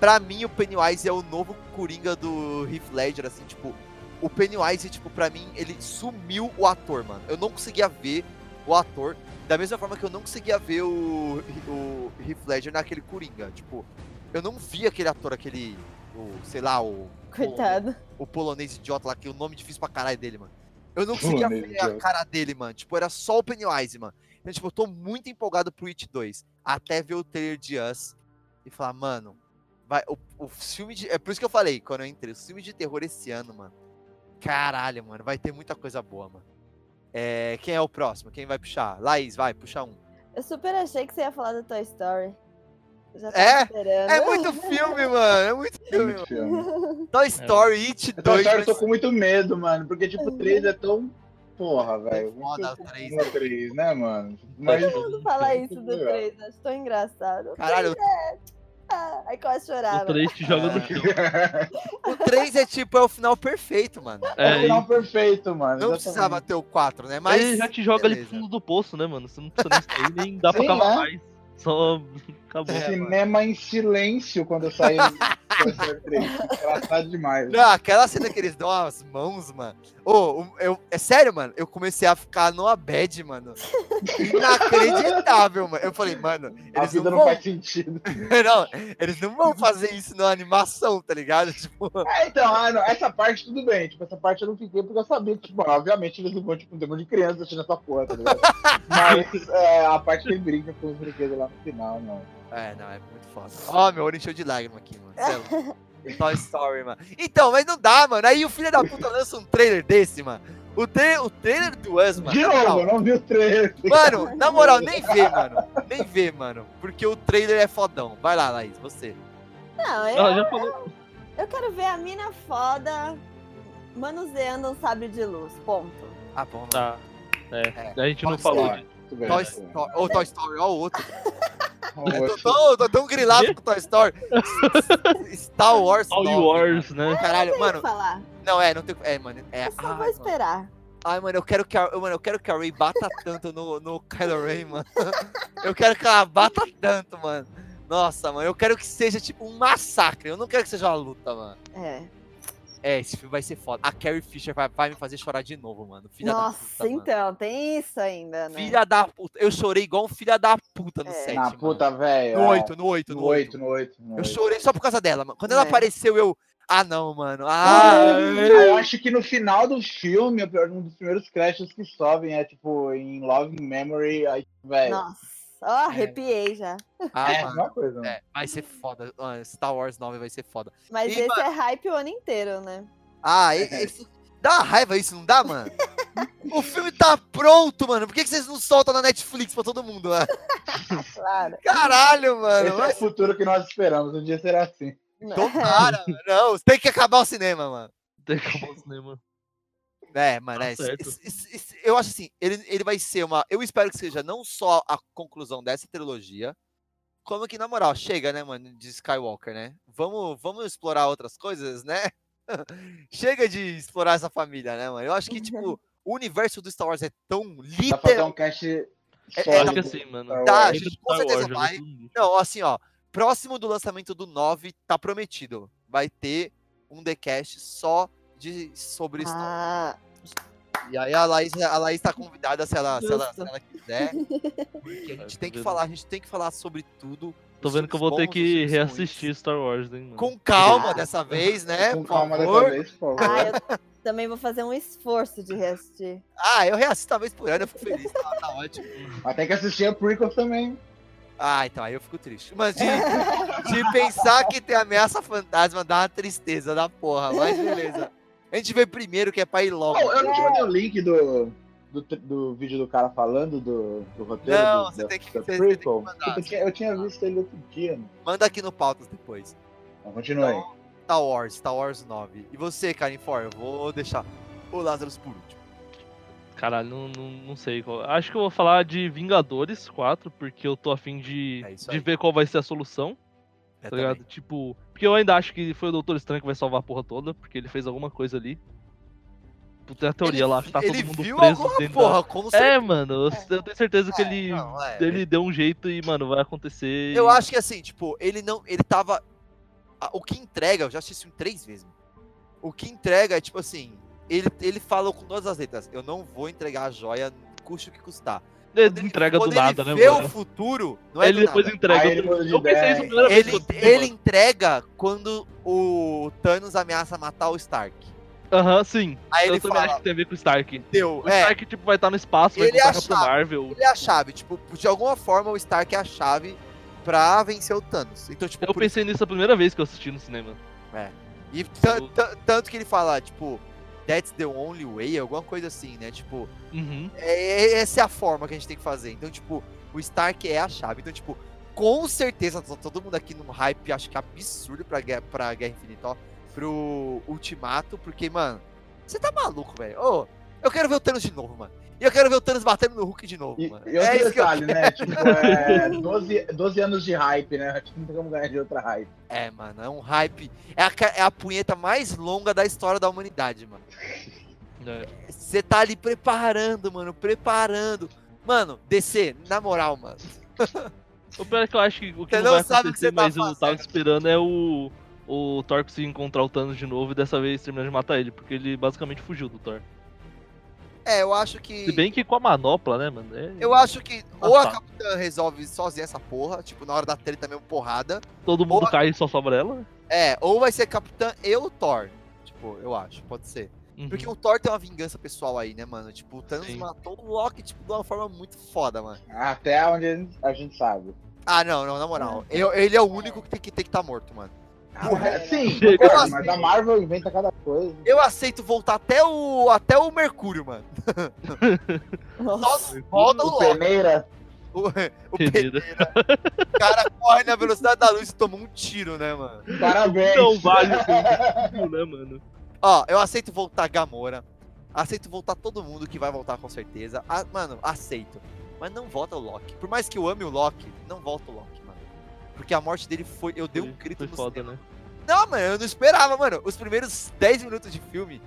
[SPEAKER 1] pra mim o Pennywise é o novo Coringa do Heath Ledger, assim, tipo, o Pennywise, tipo, pra mim, ele sumiu o ator, mano. Eu não conseguia ver o ator, da mesma forma que eu não conseguia ver o, o Heath Ledger naquele Coringa, tipo, eu não vi aquele ator, aquele, o, sei lá, o...
[SPEAKER 3] Coitado.
[SPEAKER 1] O polonês idiota lá, que o nome é difícil pra caralho dele, mano. Eu não conseguia
[SPEAKER 4] Polonês
[SPEAKER 1] ver a
[SPEAKER 4] idiota.
[SPEAKER 1] cara dele, mano. Tipo, era só o Pennywise, mano. Então, tipo, eu tô muito empolgado pro It 2. Até ver o trailer de Us e falar, mano, vai. O, o filme de. É por isso que eu falei quando eu entrei. O filme de terror esse ano, mano. Caralho, mano. Vai ter muita coisa boa, mano. É, quem é o próximo? Quem vai puxar? Laís, vai, puxa um.
[SPEAKER 3] Eu super achei que você ia falar do Toy Story. Já tava
[SPEAKER 1] É?
[SPEAKER 3] esperando.
[SPEAKER 1] É muito filme, mano. É muito
[SPEAKER 4] É
[SPEAKER 1] filme,
[SPEAKER 4] muito
[SPEAKER 1] mano.
[SPEAKER 4] filme.
[SPEAKER 1] Toy Story, It
[SPEAKER 4] Eu tô,
[SPEAKER 1] 2.
[SPEAKER 4] eu
[SPEAKER 1] vai
[SPEAKER 4] tô
[SPEAKER 1] ser-
[SPEAKER 4] com muito medo, mano, porque tipo, o 3 é tão. Porra, velho.
[SPEAKER 1] Foda,
[SPEAKER 4] Muito
[SPEAKER 1] o três.
[SPEAKER 4] bom o 3, né, mano? Mas.
[SPEAKER 3] Todo mundo fala isso do
[SPEAKER 4] Legal.
[SPEAKER 3] 3, acho tão engraçado. Ah,
[SPEAKER 1] Caralho,
[SPEAKER 3] Aí quase chorava.
[SPEAKER 2] O 3 te joga no
[SPEAKER 1] É.
[SPEAKER 2] chão.
[SPEAKER 1] O 3 é tipo, é o final perfeito, mano.
[SPEAKER 4] É, o
[SPEAKER 2] É,
[SPEAKER 4] final perfeito, mano.
[SPEAKER 1] Não
[SPEAKER 4] exatamente.
[SPEAKER 1] precisava ter o 4, né?
[SPEAKER 2] Mas
[SPEAKER 1] Mas.
[SPEAKER 2] ele já te joga ali
[SPEAKER 1] beleza.
[SPEAKER 2] pro fundo do poço, né, mano? Você não precisa nem sair, nem dá pra
[SPEAKER 4] Sim,
[SPEAKER 2] cavar
[SPEAKER 4] né?
[SPEAKER 2] mais. Só acabou.
[SPEAKER 1] É,
[SPEAKER 4] Cinema em silêncio quando saiu o Terceiro Três. Engraçado tá demais.
[SPEAKER 1] Não, aquela cena que eles dão as mãos, mano. Ô, o- eu, é sério, mano. Eu comecei a ficar numa bad, mano. Inacreditável, mano. Eu falei, mano,
[SPEAKER 4] A
[SPEAKER 1] eles não,
[SPEAKER 4] vida não,
[SPEAKER 1] vão,
[SPEAKER 4] faz sentido.
[SPEAKER 1] não, eles não vão fazer isso na animação, tá ligado? Tipo,
[SPEAKER 4] É, então, ah, não, essa parte tudo bem. Tipo, essa parte eu não fiquei porque eu sabia que, tipo, obviamente, eles não vão, tipo, um demônio de criança assistindo essa porra, tá ligado? Mas é, a parte que ele brinca com os brinquedos lá no final, não.
[SPEAKER 1] é, não, é muito foda. Ó, meu olho encheu de lágrima aqui, mano. Cê é louco. Toy Story, mano. Então, mas não dá, mano. Aí o filho da puta lança um trailer desse, mano. O, tra o trailer do Us, mano.
[SPEAKER 4] de
[SPEAKER 1] na
[SPEAKER 4] novo,
[SPEAKER 1] moral,
[SPEAKER 4] eu não vi o trailer.
[SPEAKER 1] Mano, na moral, nem vê, mano. Nem vê, mano. Porque o trailer é fodão. Vai lá, Laís, você.
[SPEAKER 3] Não,
[SPEAKER 2] Ela
[SPEAKER 3] eu,
[SPEAKER 2] já falou.
[SPEAKER 3] eu quero ver a mina foda manuseando um sabre de luz. Ponto.
[SPEAKER 1] Ah, bom, mano.
[SPEAKER 2] Tá. É, a gente não
[SPEAKER 1] Pode
[SPEAKER 2] falou.
[SPEAKER 4] ser.
[SPEAKER 2] de-
[SPEAKER 4] Muito Ah, bem,
[SPEAKER 1] Toy
[SPEAKER 4] muito bem.
[SPEAKER 1] Story. Ou Toy Story, ó, o outro. Eu tô
[SPEAKER 4] Vamos lá.
[SPEAKER 1] tão, eu tô tão grilado com Toy Story. Star Wars.
[SPEAKER 2] All
[SPEAKER 1] 9,
[SPEAKER 2] Wars, né?
[SPEAKER 1] mano. Caralho,
[SPEAKER 3] Tem
[SPEAKER 1] mano.
[SPEAKER 3] que falar.
[SPEAKER 1] Não, é, não tem. É, mano. É,
[SPEAKER 3] Eu só
[SPEAKER 1] ai,
[SPEAKER 3] vou
[SPEAKER 1] mano.
[SPEAKER 3] esperar.
[SPEAKER 1] Ai, mano, eu quero que a, mano, eu quero que a Ray bata tanto no, no Kylo Ren, mano. Eu quero que ela bata tanto, mano. Nossa, mano, eu quero que seja tipo um massacre. Eu não quero que seja uma luta, mano.
[SPEAKER 3] É.
[SPEAKER 1] É, esse filme vai ser foda. A Carrie Fisher vai, vai me fazer chorar de novo, mano. Filha
[SPEAKER 3] Nossa,
[SPEAKER 1] da puta. mano.
[SPEAKER 3] então, tem isso ainda, né?
[SPEAKER 1] Filha da puta. Eu chorei igual um filha da puta no
[SPEAKER 3] É.
[SPEAKER 1] 7.
[SPEAKER 4] Na puta, velho.
[SPEAKER 1] No
[SPEAKER 4] é.
[SPEAKER 1] 8, no 8,
[SPEAKER 4] No 8, no 8. no
[SPEAKER 1] Eu
[SPEAKER 4] oito.
[SPEAKER 1] chorei só por causa dela, mano. Quando ela
[SPEAKER 3] É.
[SPEAKER 1] apareceu, eu. Ah, não, mano. Ah,
[SPEAKER 4] Ah, eu acho que no final do filme, um dos primeiros crashes que sobem é tipo em Love and Memory, aí,
[SPEAKER 1] É.
[SPEAKER 4] velho.
[SPEAKER 3] Nossa, ó, arrepiei já.
[SPEAKER 1] ah,
[SPEAKER 4] É,
[SPEAKER 1] mano.
[SPEAKER 4] uma coisa. né?
[SPEAKER 1] É, vai ser foda. Mano, Star Wars 9 vai ser foda.
[SPEAKER 3] Mas
[SPEAKER 1] E,
[SPEAKER 3] esse é hype o ano inteiro, né?
[SPEAKER 1] Ah, e-
[SPEAKER 4] É.
[SPEAKER 1] esse- dá uma raiva isso, não dá, mano? o filme tá pronto, mano. Por que, que vocês não soltam na Netflix pra todo mundo? Mano?
[SPEAKER 3] Claro.
[SPEAKER 1] Caralho, mano.
[SPEAKER 4] Esse é o
[SPEAKER 1] Mas,
[SPEAKER 4] futuro que nós esperamos. Um dia será assim.
[SPEAKER 1] tomara, mano. Não, tem que acabar o cinema, mano.
[SPEAKER 2] Acabou o cinema.
[SPEAKER 1] É, mano,
[SPEAKER 2] Tá
[SPEAKER 1] é, esse-
[SPEAKER 2] certo.
[SPEAKER 1] esse- esse- esse- eu acho assim, ele, ele vai ser uma. Eu espero que seja não só a conclusão dessa trilogia, como que, na moral, chega, né, mano, de Skywalker, né? Vamos, vamos explorar outras coisas, né? chega de explorar essa família, né, mano? Eu acho que, tipo, o universo do Star Wars é tão
[SPEAKER 4] Dá pra fazer
[SPEAKER 1] literal.
[SPEAKER 4] um cast
[SPEAKER 1] É,
[SPEAKER 4] só
[SPEAKER 1] é,
[SPEAKER 2] Acho
[SPEAKER 4] do-
[SPEAKER 2] que assim, mano.
[SPEAKER 1] Tá, a
[SPEAKER 2] Lembra
[SPEAKER 1] gente
[SPEAKER 2] do
[SPEAKER 1] com
[SPEAKER 2] Star
[SPEAKER 1] certeza
[SPEAKER 2] Wars, né,
[SPEAKER 1] vai.
[SPEAKER 2] eu não vi.
[SPEAKER 1] Não, assim, ó. Próximo do lançamento do 9, tá prometido. Vai ter um decast só de, sobre Star Wars.
[SPEAKER 3] Ah,
[SPEAKER 1] E aí a Laís, a Laís tá convidada se ela, se ela, se
[SPEAKER 3] Justo.
[SPEAKER 1] ela quiser. Porque a gente tem que falar, a gente tem que falar sobre tudo.
[SPEAKER 2] Tô
[SPEAKER 1] os
[SPEAKER 2] vendo que eu
[SPEAKER 1] filmes
[SPEAKER 2] vou ter
[SPEAKER 1] bons, os
[SPEAKER 2] que
[SPEAKER 1] filmes ruins.
[SPEAKER 2] reassistir Star Wars, hein, mano.
[SPEAKER 1] Com calma
[SPEAKER 3] Ah.
[SPEAKER 1] dessa vez, né?
[SPEAKER 4] com
[SPEAKER 1] por
[SPEAKER 4] calma dessa
[SPEAKER 1] favor.
[SPEAKER 4] vez, por favor.
[SPEAKER 3] ah, eu também vou fazer um esforço de reassistir.
[SPEAKER 1] Ah, eu reassisto uma vez por ano, eu fico feliz, tá, tá ótimo.
[SPEAKER 4] Mas tem que assistir a prequel também.
[SPEAKER 1] Ah, então aí eu fico triste. Mas de, de pensar que tem ameaça fantasma dá uma tristeza da porra, mas beleza. A gente vê primeiro que é pra ir logo.
[SPEAKER 4] Oh, eu não te mandei o link do, do, tr- do vídeo do cara falando do, do roteiro.
[SPEAKER 1] Não,
[SPEAKER 4] do,
[SPEAKER 1] você
[SPEAKER 4] da-
[SPEAKER 1] tem que-
[SPEAKER 4] da
[SPEAKER 1] você- você tem que
[SPEAKER 4] prequel.
[SPEAKER 1] mandar.
[SPEAKER 4] eu, tinha, eu tinha visto ele outro dia. Mano.
[SPEAKER 1] Manda aqui no pautas depois.
[SPEAKER 4] Mas continue. aí.
[SPEAKER 1] Star Wars, Star Wars 9. E você, Karim For, eu vou deixar o Lázaro por último.
[SPEAKER 2] Caralho, não, não, não sei qual. Acho que eu vou falar de Vingadores 4, porque eu tô afim de,
[SPEAKER 1] É isso
[SPEAKER 2] de
[SPEAKER 1] aí.
[SPEAKER 2] ver qual vai ser a solução,
[SPEAKER 1] Eu
[SPEAKER 2] tá
[SPEAKER 1] também.
[SPEAKER 2] ligado? Tipo, porque eu ainda acho que foi o Doutor Estranho que vai salvar a porra toda, porque ele fez alguma coisa ali. Tipo, Tem a teoria lá, acho que tá todo
[SPEAKER 1] ele
[SPEAKER 2] mundo
[SPEAKER 1] viu
[SPEAKER 2] preso
[SPEAKER 1] alguma
[SPEAKER 2] dentro
[SPEAKER 1] porra, como
[SPEAKER 2] da...
[SPEAKER 1] você...
[SPEAKER 2] É, mano, eu, eu tenho certeza que ele,
[SPEAKER 1] não, é.
[SPEAKER 2] ele deu um jeito e, mano, vai acontecer.
[SPEAKER 1] Eu
[SPEAKER 2] e-
[SPEAKER 1] acho que assim, tipo, ele não. Ele tava. a- O que entrega, eu já assisti isso em três vezes. mano. O que entrega é tipo assim. Ele, ele falou com todas as letras: Eu não vou entregar a joia, custe o que custar. Quando
[SPEAKER 2] Ele
[SPEAKER 1] ele-
[SPEAKER 2] entrega do
[SPEAKER 1] quando
[SPEAKER 2] nada,
[SPEAKER 1] ele
[SPEAKER 2] né,
[SPEAKER 1] vê o
[SPEAKER 2] mano?
[SPEAKER 1] futuro, não é
[SPEAKER 2] ele
[SPEAKER 1] do
[SPEAKER 2] depois
[SPEAKER 1] nada.
[SPEAKER 2] entrega.
[SPEAKER 4] Aí ele
[SPEAKER 2] eu,
[SPEAKER 4] muda de
[SPEAKER 2] eu pensei isso
[SPEAKER 4] ideia.
[SPEAKER 2] a primeira vez.
[SPEAKER 1] Ele,
[SPEAKER 2] que eu vi,
[SPEAKER 1] ele
[SPEAKER 2] mano.
[SPEAKER 1] entrega quando o Thanos ameaça matar o Stark.
[SPEAKER 2] Aham, sim.
[SPEAKER 1] Aí
[SPEAKER 2] eu
[SPEAKER 1] ele
[SPEAKER 2] também
[SPEAKER 1] fala:
[SPEAKER 2] acho que tem a ver com o Stark.
[SPEAKER 1] Deu.
[SPEAKER 2] O
[SPEAKER 1] É,
[SPEAKER 2] Stark, tipo, vai estar no espaço, vai
[SPEAKER 1] Ele é
[SPEAKER 2] contar pro
[SPEAKER 1] a chave.
[SPEAKER 2] Marvel.
[SPEAKER 1] ele é a chave. Tipo, de alguma forma o Stark é a chave pra vencer o Thanos. Então, tipo,
[SPEAKER 2] Eu
[SPEAKER 1] por
[SPEAKER 2] pensei nisso a primeira vez que eu assisti no cinema.
[SPEAKER 1] E ta- ta- tanto que ele fala, tipo, that's the only way, alguma coisa assim, né? Tipo,
[SPEAKER 2] Uhum.
[SPEAKER 1] é- é- essa é a forma que a gente tem que fazer. Então, tipo, o Stark é a chave. Então, tipo, com certeza, tá todo mundo aqui num hype, acho que absurdo pra Guerra, pra Guerra Infinita, ó. Pro Ultimato, porque, mano, você tá maluco, velho. Ô, eu quero ver o Thanos de novo, mano. E eu quero ver o Thanos batendo no Hulk de novo,
[SPEAKER 4] E,
[SPEAKER 1] mano. É
[SPEAKER 4] e outro
[SPEAKER 1] isso que eu
[SPEAKER 4] detalhe, né? Tipo, é 12, 12 anos de hype, né? Acho que não tem como ganhar de outra hype.
[SPEAKER 1] É, mano, é um hype. É a, ca- é a punheta mais longa da história da humanidade, mano.
[SPEAKER 2] É.
[SPEAKER 1] Você tá ali preparando, mano, preparando. Mano, DC, na moral, mano.
[SPEAKER 2] O pior é que eu acho que o que
[SPEAKER 1] Você
[SPEAKER 2] não,
[SPEAKER 1] não
[SPEAKER 2] vai
[SPEAKER 1] sabe o que
[SPEAKER 2] acontecer,
[SPEAKER 1] você tá
[SPEAKER 2] mas eu tava
[SPEAKER 1] fazendo.
[SPEAKER 2] esperando é o, o Thor conseguir encontrar o Thanos de novo e dessa vez terminar de matar ele, porque ele basicamente fugiu do Thor.
[SPEAKER 1] É, eu acho que.
[SPEAKER 2] Se bem que com a manopla, né, mano? É-
[SPEAKER 1] Eu acho que
[SPEAKER 2] Ah,
[SPEAKER 1] ou a
[SPEAKER 2] tá.
[SPEAKER 1] Capitã resolve sozinha essa porra, tipo, na hora da treta mesmo, porrada.
[SPEAKER 2] Todo mundo
[SPEAKER 1] Boa.
[SPEAKER 2] cai e só sobra ela.
[SPEAKER 1] É, ou vai ser Capitã e o Thor. Tipo, eu acho, pode ser.
[SPEAKER 2] Uhum.
[SPEAKER 1] Porque o Thor tem uma vingança pessoal aí, né, mano? Tipo, o Thanos
[SPEAKER 2] Sim.
[SPEAKER 1] matou o Loki, tipo, de uma forma muito foda, mano.
[SPEAKER 4] Até onde a gente- a gente sabe.
[SPEAKER 1] Ah, não, não, na moral. Eu- ele é o único que tem que estar que tá morto, mano.
[SPEAKER 4] Ah, é, sim,
[SPEAKER 2] Chega.
[SPEAKER 4] concordo, mas a Marvel inventa cada coisa.
[SPEAKER 1] Eu aceito voltar até o, até o Mercúrio, mano. Só volta o
[SPEAKER 4] O
[SPEAKER 1] Loki.
[SPEAKER 4] Peneira,
[SPEAKER 1] O, o é
[SPEAKER 2] Peneira.
[SPEAKER 1] Peneira. O cara corre na velocidade da luz e toma um tiro, né, mano?
[SPEAKER 4] parabéns.
[SPEAKER 2] Não vale o que ele né, mano?
[SPEAKER 1] Ó, eu aceito voltar Gamora. Aceito voltar todo mundo que vai voltar com certeza. Ah, mano, aceito. Mas não volta o Loki. Por mais que eu ame o Loki, não volta o Loki, mano. Porque a morte dele foi. Eu dei um
[SPEAKER 2] Foi-
[SPEAKER 1] grito
[SPEAKER 2] Foi
[SPEAKER 1] no
[SPEAKER 2] foda,
[SPEAKER 1] cinema.
[SPEAKER 2] né?
[SPEAKER 1] Não, mano, eu não esperava, mano. Os primeiros 10 minutos de filme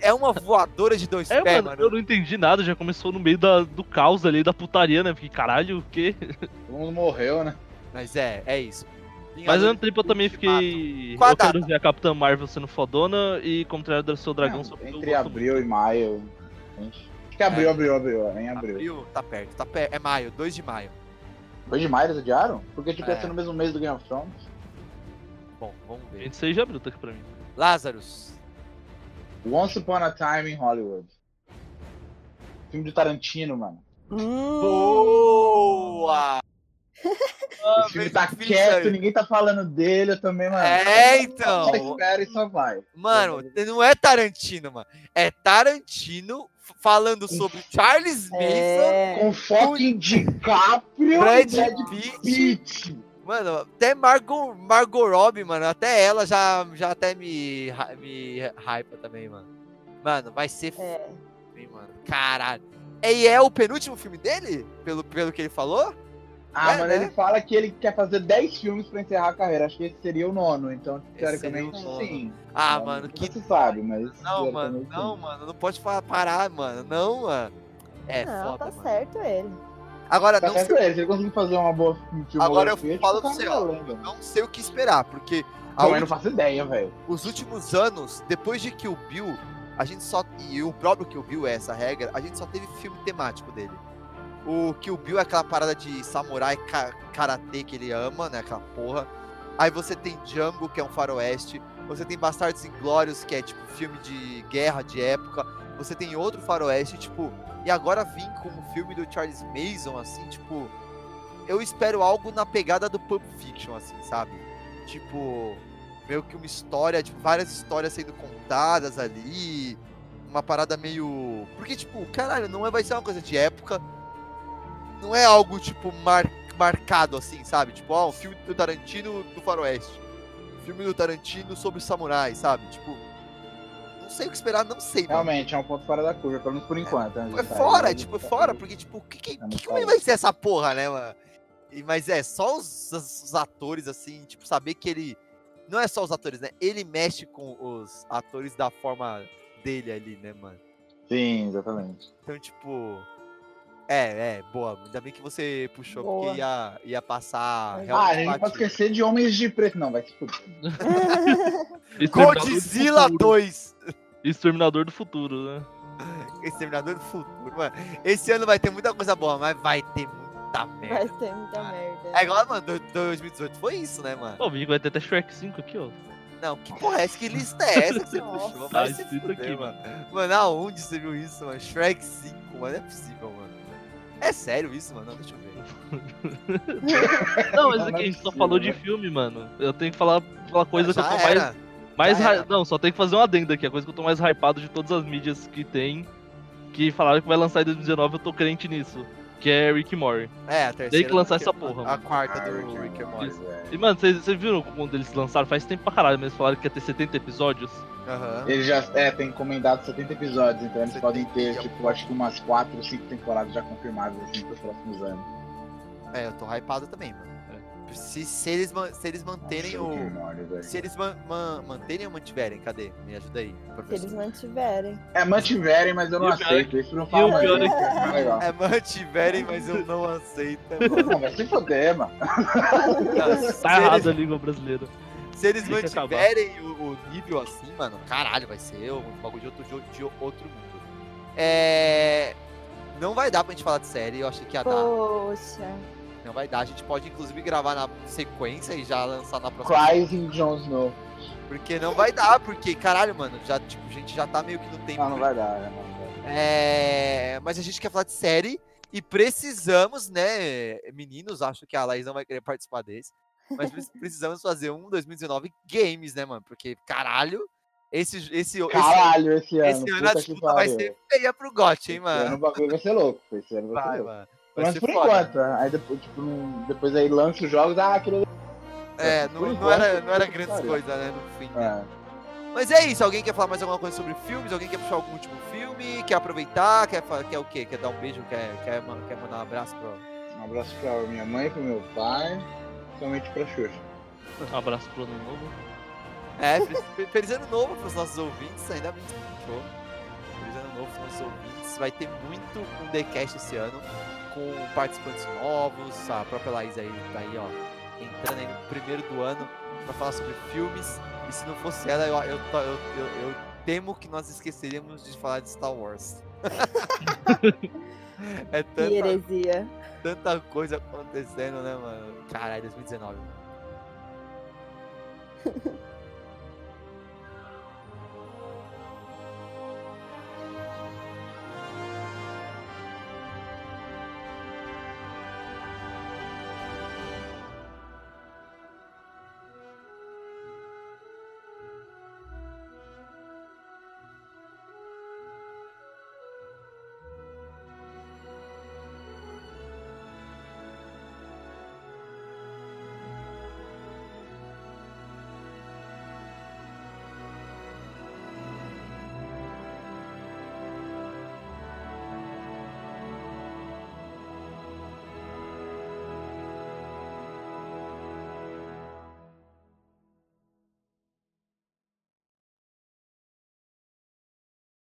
[SPEAKER 1] é uma voadora de dois
[SPEAKER 2] É,
[SPEAKER 1] pés,
[SPEAKER 2] mano,
[SPEAKER 1] mano.
[SPEAKER 2] eu não entendi nada, já começou no meio da- do caos ali, da putaria, né? Fiquei, caralho, o quê?
[SPEAKER 4] Todo mundo morreu, né?
[SPEAKER 1] Mas é, é isso.
[SPEAKER 2] Mas ao mesmo
[SPEAKER 1] Vingadores
[SPEAKER 2] tempo eu também fiquei.
[SPEAKER 1] Qual a
[SPEAKER 2] Eu quero
[SPEAKER 1] data?
[SPEAKER 2] ver a Capitã Marvel sendo fodona e como treinar do seu dragão só porque eu
[SPEAKER 4] Entre
[SPEAKER 2] gosto muito.
[SPEAKER 4] abril e maio. gente. Acho que abril,
[SPEAKER 1] É.
[SPEAKER 4] abril, abril, é em
[SPEAKER 1] Ultimato.
[SPEAKER 4] abril.
[SPEAKER 1] Abril, tá perto, tá perto. É maio, 2 de maio.
[SPEAKER 4] Foi de maio, eles odiaram? Porque tipo,
[SPEAKER 1] É.
[SPEAKER 4] ia ser no mesmo mês do Game of Thrones.
[SPEAKER 1] Bom, vamos ver.
[SPEAKER 2] 26 de abril tá aqui pra mim.
[SPEAKER 1] Lazarus.
[SPEAKER 4] Once Upon a Time in Hollywood. Filme de Tarantino, mano.
[SPEAKER 3] Hum,
[SPEAKER 1] Boa!
[SPEAKER 4] Esse filme
[SPEAKER 1] bem
[SPEAKER 4] tá
[SPEAKER 1] difícil,
[SPEAKER 4] quieto,
[SPEAKER 1] hein?
[SPEAKER 4] ninguém tá falando dele, eu também, mano.
[SPEAKER 1] É, então.
[SPEAKER 4] Só espera e só vai.
[SPEAKER 1] Mano, não é Tarantino, mano. É Tarantino f- falando sobre Charles Manson,
[SPEAKER 3] É.
[SPEAKER 4] Com fucking DiCaprio
[SPEAKER 1] Brad
[SPEAKER 4] e Brad
[SPEAKER 1] Pitt.
[SPEAKER 4] Pitt.
[SPEAKER 1] Mano, até Margot, Margot Robbie, mano. Até ela já, já até me, ra- me hypa também, mano. Mano, vai ser
[SPEAKER 3] É.
[SPEAKER 1] filme, mano. Caralho. E é o penúltimo filme dele? Pelo, pelo que ele falou?
[SPEAKER 4] Ah,
[SPEAKER 1] É,
[SPEAKER 4] mano,
[SPEAKER 1] né?
[SPEAKER 4] ele fala que ele quer fazer 10 filmes pra encerrar a carreira. Acho que esse seria o nono, então,
[SPEAKER 1] Esse
[SPEAKER 4] teoricamente,
[SPEAKER 1] seria o nono.
[SPEAKER 4] sim.
[SPEAKER 1] Ah,
[SPEAKER 4] Não, é.
[SPEAKER 1] mano,
[SPEAKER 4] nunca
[SPEAKER 1] que.
[SPEAKER 4] se sabe, mas.
[SPEAKER 1] Não, mano,
[SPEAKER 4] teoricamente,
[SPEAKER 1] não,
[SPEAKER 4] sim.
[SPEAKER 1] mano. Não pode fa- parar, mano. Não, mano. É
[SPEAKER 3] Não,
[SPEAKER 1] foda,
[SPEAKER 3] tá
[SPEAKER 1] mano.
[SPEAKER 3] certo ele.
[SPEAKER 1] Agora,
[SPEAKER 4] Tá
[SPEAKER 1] não
[SPEAKER 4] certo ele, se ele conseguir fazer uma boa filmografia,
[SPEAKER 1] Agora eu
[SPEAKER 4] tipo,
[SPEAKER 1] falo
[SPEAKER 4] o cara
[SPEAKER 1] pra você,
[SPEAKER 4] é
[SPEAKER 1] ó.
[SPEAKER 4] lenda.
[SPEAKER 1] não sei o que esperar, porque a
[SPEAKER 4] Não, eu
[SPEAKER 1] ul-
[SPEAKER 4] não faço ideia, velho.
[SPEAKER 1] os últimos anos, depois de Kill Bill, a gente só. E o próprio Kill Bill é essa regra, a gente só teve filme temático dele. O Kill Bill é aquela parada de samurai ka- karatê que ele ama, né? Aquela porra. Aí você tem Django, que é um faroeste. Você tem Bastardos Inglórios, que é tipo filme de guerra, de época. Você tem outro faroeste, tipo. E agora vim com um filme do Charles Mason, assim, tipo. Eu espero algo na pegada do Pulp Fiction, assim, sabe? Tipo. Meio que uma história, tipo, várias histórias sendo contadas ali. Uma parada meio. Porque, tipo, caralho, não é, vai ser uma coisa de época. Não é algo, tipo, mar- marcado, assim, sabe? Tipo, ó, um filme do Tarantino do Faroeste. um Filme do Tarantino sobre samurai, sabe? Tipo. Não sei o que esperar, não sei, mano.
[SPEAKER 4] Realmente, é um ponto fora da curva, pelo menos por enquanto. né,
[SPEAKER 1] É
[SPEAKER 4] gente?
[SPEAKER 1] fora,
[SPEAKER 4] Aí,
[SPEAKER 1] tipo, é
[SPEAKER 4] tá-
[SPEAKER 1] fora, porque, tipo, que, que,
[SPEAKER 4] É muito
[SPEAKER 1] que como é que
[SPEAKER 4] fora.
[SPEAKER 1] vai ser essa porra, né, mano? E- mas é, só os, os- os atores, assim, tipo, saber que ele. Não é só os atores, né? Ele mexe com os atores da forma dele ali, né, mano?
[SPEAKER 4] Sim, exatamente.
[SPEAKER 1] Então, tipo. É, é, boa. Ainda bem que você puxou,
[SPEAKER 3] Boa.
[SPEAKER 1] porque ia, ia passar.
[SPEAKER 3] Ah,
[SPEAKER 4] Ah, a
[SPEAKER 1] realmente
[SPEAKER 4] gente não pode
[SPEAKER 1] batido.
[SPEAKER 4] esquecer de Homens de Preto. Não, vai se fuder.
[SPEAKER 2] Exterminador do
[SPEAKER 1] Godzilla
[SPEAKER 2] Futuro.
[SPEAKER 1] 2!
[SPEAKER 2] Exterminador do futuro, né?
[SPEAKER 1] Exterminador do futuro, mano. Esse ano vai ter muita coisa boa, mas vai ter muita
[SPEAKER 3] Vai
[SPEAKER 1] merda.
[SPEAKER 3] ter muita merda.
[SPEAKER 1] É igual, mano, do- 2018 foi isso, né, mano?
[SPEAKER 2] Pô, Vigo vai ter até Shrek 5 aqui, ó.
[SPEAKER 1] Não, que porra é essa? Que lista é essa que você
[SPEAKER 3] Nossa.
[SPEAKER 1] puxou?
[SPEAKER 2] Tá
[SPEAKER 1] Vai se
[SPEAKER 2] escrito
[SPEAKER 1] fuder,
[SPEAKER 2] aqui,
[SPEAKER 1] mano.
[SPEAKER 2] mano.
[SPEAKER 1] Mano, aonde você viu isso, mano? Shrek 5, mano, não é possível, mano. É sério isso, mano? Não, deixa eu ver.
[SPEAKER 2] Não, mas
[SPEAKER 4] Não,
[SPEAKER 2] aqui
[SPEAKER 4] não é
[SPEAKER 2] a gente só
[SPEAKER 4] possível,
[SPEAKER 2] falou de
[SPEAKER 4] né?
[SPEAKER 2] filme, mano. Eu tenho que falar, falar coisa que eu
[SPEAKER 1] Já
[SPEAKER 2] tô
[SPEAKER 1] era.
[SPEAKER 2] mais. mais
[SPEAKER 1] já
[SPEAKER 2] hy-
[SPEAKER 1] era.
[SPEAKER 2] Não, só tem que fazer um adendo aqui. A coisa que eu tô mais hypado de todas as mídias que tem. Que falaram que vai lançar em 2019, eu tô crente nisso. que é Rick Mori.
[SPEAKER 1] É, a terceira.
[SPEAKER 2] que lançar
[SPEAKER 1] do Rick-
[SPEAKER 2] essa porra,
[SPEAKER 1] A, a
[SPEAKER 2] mano.
[SPEAKER 1] quarta do
[SPEAKER 2] Ah,
[SPEAKER 1] Rick and Morty.
[SPEAKER 2] E, mano, vocês vocês viram quando eles lançaram? Faz tempo pra caralho, mas eles falaram que ia ter 70 episódios.
[SPEAKER 1] Aham.
[SPEAKER 4] Ele já é, tem encomendado 70 episódios, então eles
[SPEAKER 1] 70
[SPEAKER 4] podem ter,
[SPEAKER 1] já.
[SPEAKER 4] tipo, acho que umas 4, 5 temporadas já confirmadas assim pros próximos anos.
[SPEAKER 1] É, eu tô hypado também, mano.
[SPEAKER 2] É.
[SPEAKER 1] Se, se eles, man- se eles manterem
[SPEAKER 4] Nossa, Rick
[SPEAKER 1] o.
[SPEAKER 4] and Morty, velho.
[SPEAKER 1] Se eles man- man- manterem ou mantiverem, cadê? Me ajuda aí,
[SPEAKER 3] Se eles
[SPEAKER 1] professor.
[SPEAKER 3] mantiverem.
[SPEAKER 4] É, mantiverem, mas eu não
[SPEAKER 2] E o pior é
[SPEAKER 4] aceito. Isso não
[SPEAKER 2] e o
[SPEAKER 4] fala
[SPEAKER 2] pior
[SPEAKER 4] mais.
[SPEAKER 2] é
[SPEAKER 4] É legal.
[SPEAKER 1] É, mantiverem, mas eu não aceito.
[SPEAKER 4] Não, vai se foder, mano.
[SPEAKER 1] Não, se
[SPEAKER 2] Tá errado
[SPEAKER 1] eles-
[SPEAKER 2] a língua brasileira.
[SPEAKER 1] Se eles
[SPEAKER 2] Tem que
[SPEAKER 1] mantiverem o, o nível assim, mano, caralho, vai ser um bagulho de outro, jo- de outro mundo. É. Não vai dar pra gente falar de série, eu achei que ia dar.
[SPEAKER 3] Poxa.
[SPEAKER 1] Não vai dar. A gente pode, inclusive, gravar na sequência e já lançar na próxima.
[SPEAKER 4] Cries in Jon Snow.
[SPEAKER 1] Porque não vai dar, porque, caralho, mano, já, tipo, a gente já tá meio que no tempo.
[SPEAKER 4] Não, não vai dar. né, não vai dar.
[SPEAKER 1] É, mas a gente quer falar de série e precisamos, né, meninos, acho que a Laís não vai querer participar desse, mas pre- precisamos fazer um 2019 games, né, mano? Porque, caralho, esse esse esse,
[SPEAKER 4] Caralho, esse ano.
[SPEAKER 1] esse ano a
[SPEAKER 4] puta que
[SPEAKER 1] disputa vai
[SPEAKER 4] pariu.
[SPEAKER 1] ser feia pro GOT, hein,
[SPEAKER 4] Esse ano o
[SPEAKER 1] mano?
[SPEAKER 4] bagulho vai ser louco. Esse ano vai,
[SPEAKER 1] Vai,
[SPEAKER 4] ser louco.
[SPEAKER 1] mano. Vai
[SPEAKER 4] Mas
[SPEAKER 1] ser
[SPEAKER 4] por
[SPEAKER 1] foda.
[SPEAKER 4] enquanto, né? aí depois, tipo, não- depois aí lança os jogos, ah, aquilo.
[SPEAKER 1] É,
[SPEAKER 4] por
[SPEAKER 1] não, não
[SPEAKER 4] enquanto,
[SPEAKER 1] era, não era
[SPEAKER 4] puta que
[SPEAKER 1] grandes
[SPEAKER 4] pariu.
[SPEAKER 1] coisas, né, no fim. né?
[SPEAKER 4] É.
[SPEAKER 1] Mas é isso, alguém quer falar mais alguma coisa sobre filmes? Alguém quer puxar algum último filme? Quer aproveitar? Quer, fa- quer o quê? Quer dar um beijo? Quer, quer, ma- quer mandar um abraço pro...
[SPEAKER 4] Um abraço pra minha mãe, pro meu pai, principalmente pra Xuxa.
[SPEAKER 2] Um abraço pro ano novo.
[SPEAKER 1] É, feliz- fe- feliz ano novo para os nossos ouvintes, ainda bem que você puxou. Feliz ano novo para os nossos ouvintes. Vai ter muito um TheCast esse ano, com participantes novos, a própria Laís aí tá aí, ó, entrando aí no primeiro do ano para falar sobre filmes. E se não fosse ela, eu, eu, to- eu, eu- eu temo que nós esqueceríamos de falar de Star Wars. é
[SPEAKER 3] Que
[SPEAKER 1] tanta
[SPEAKER 3] heresia.
[SPEAKER 1] tanta coisa acontecendo, né, mano? Caralho, 2019, mano.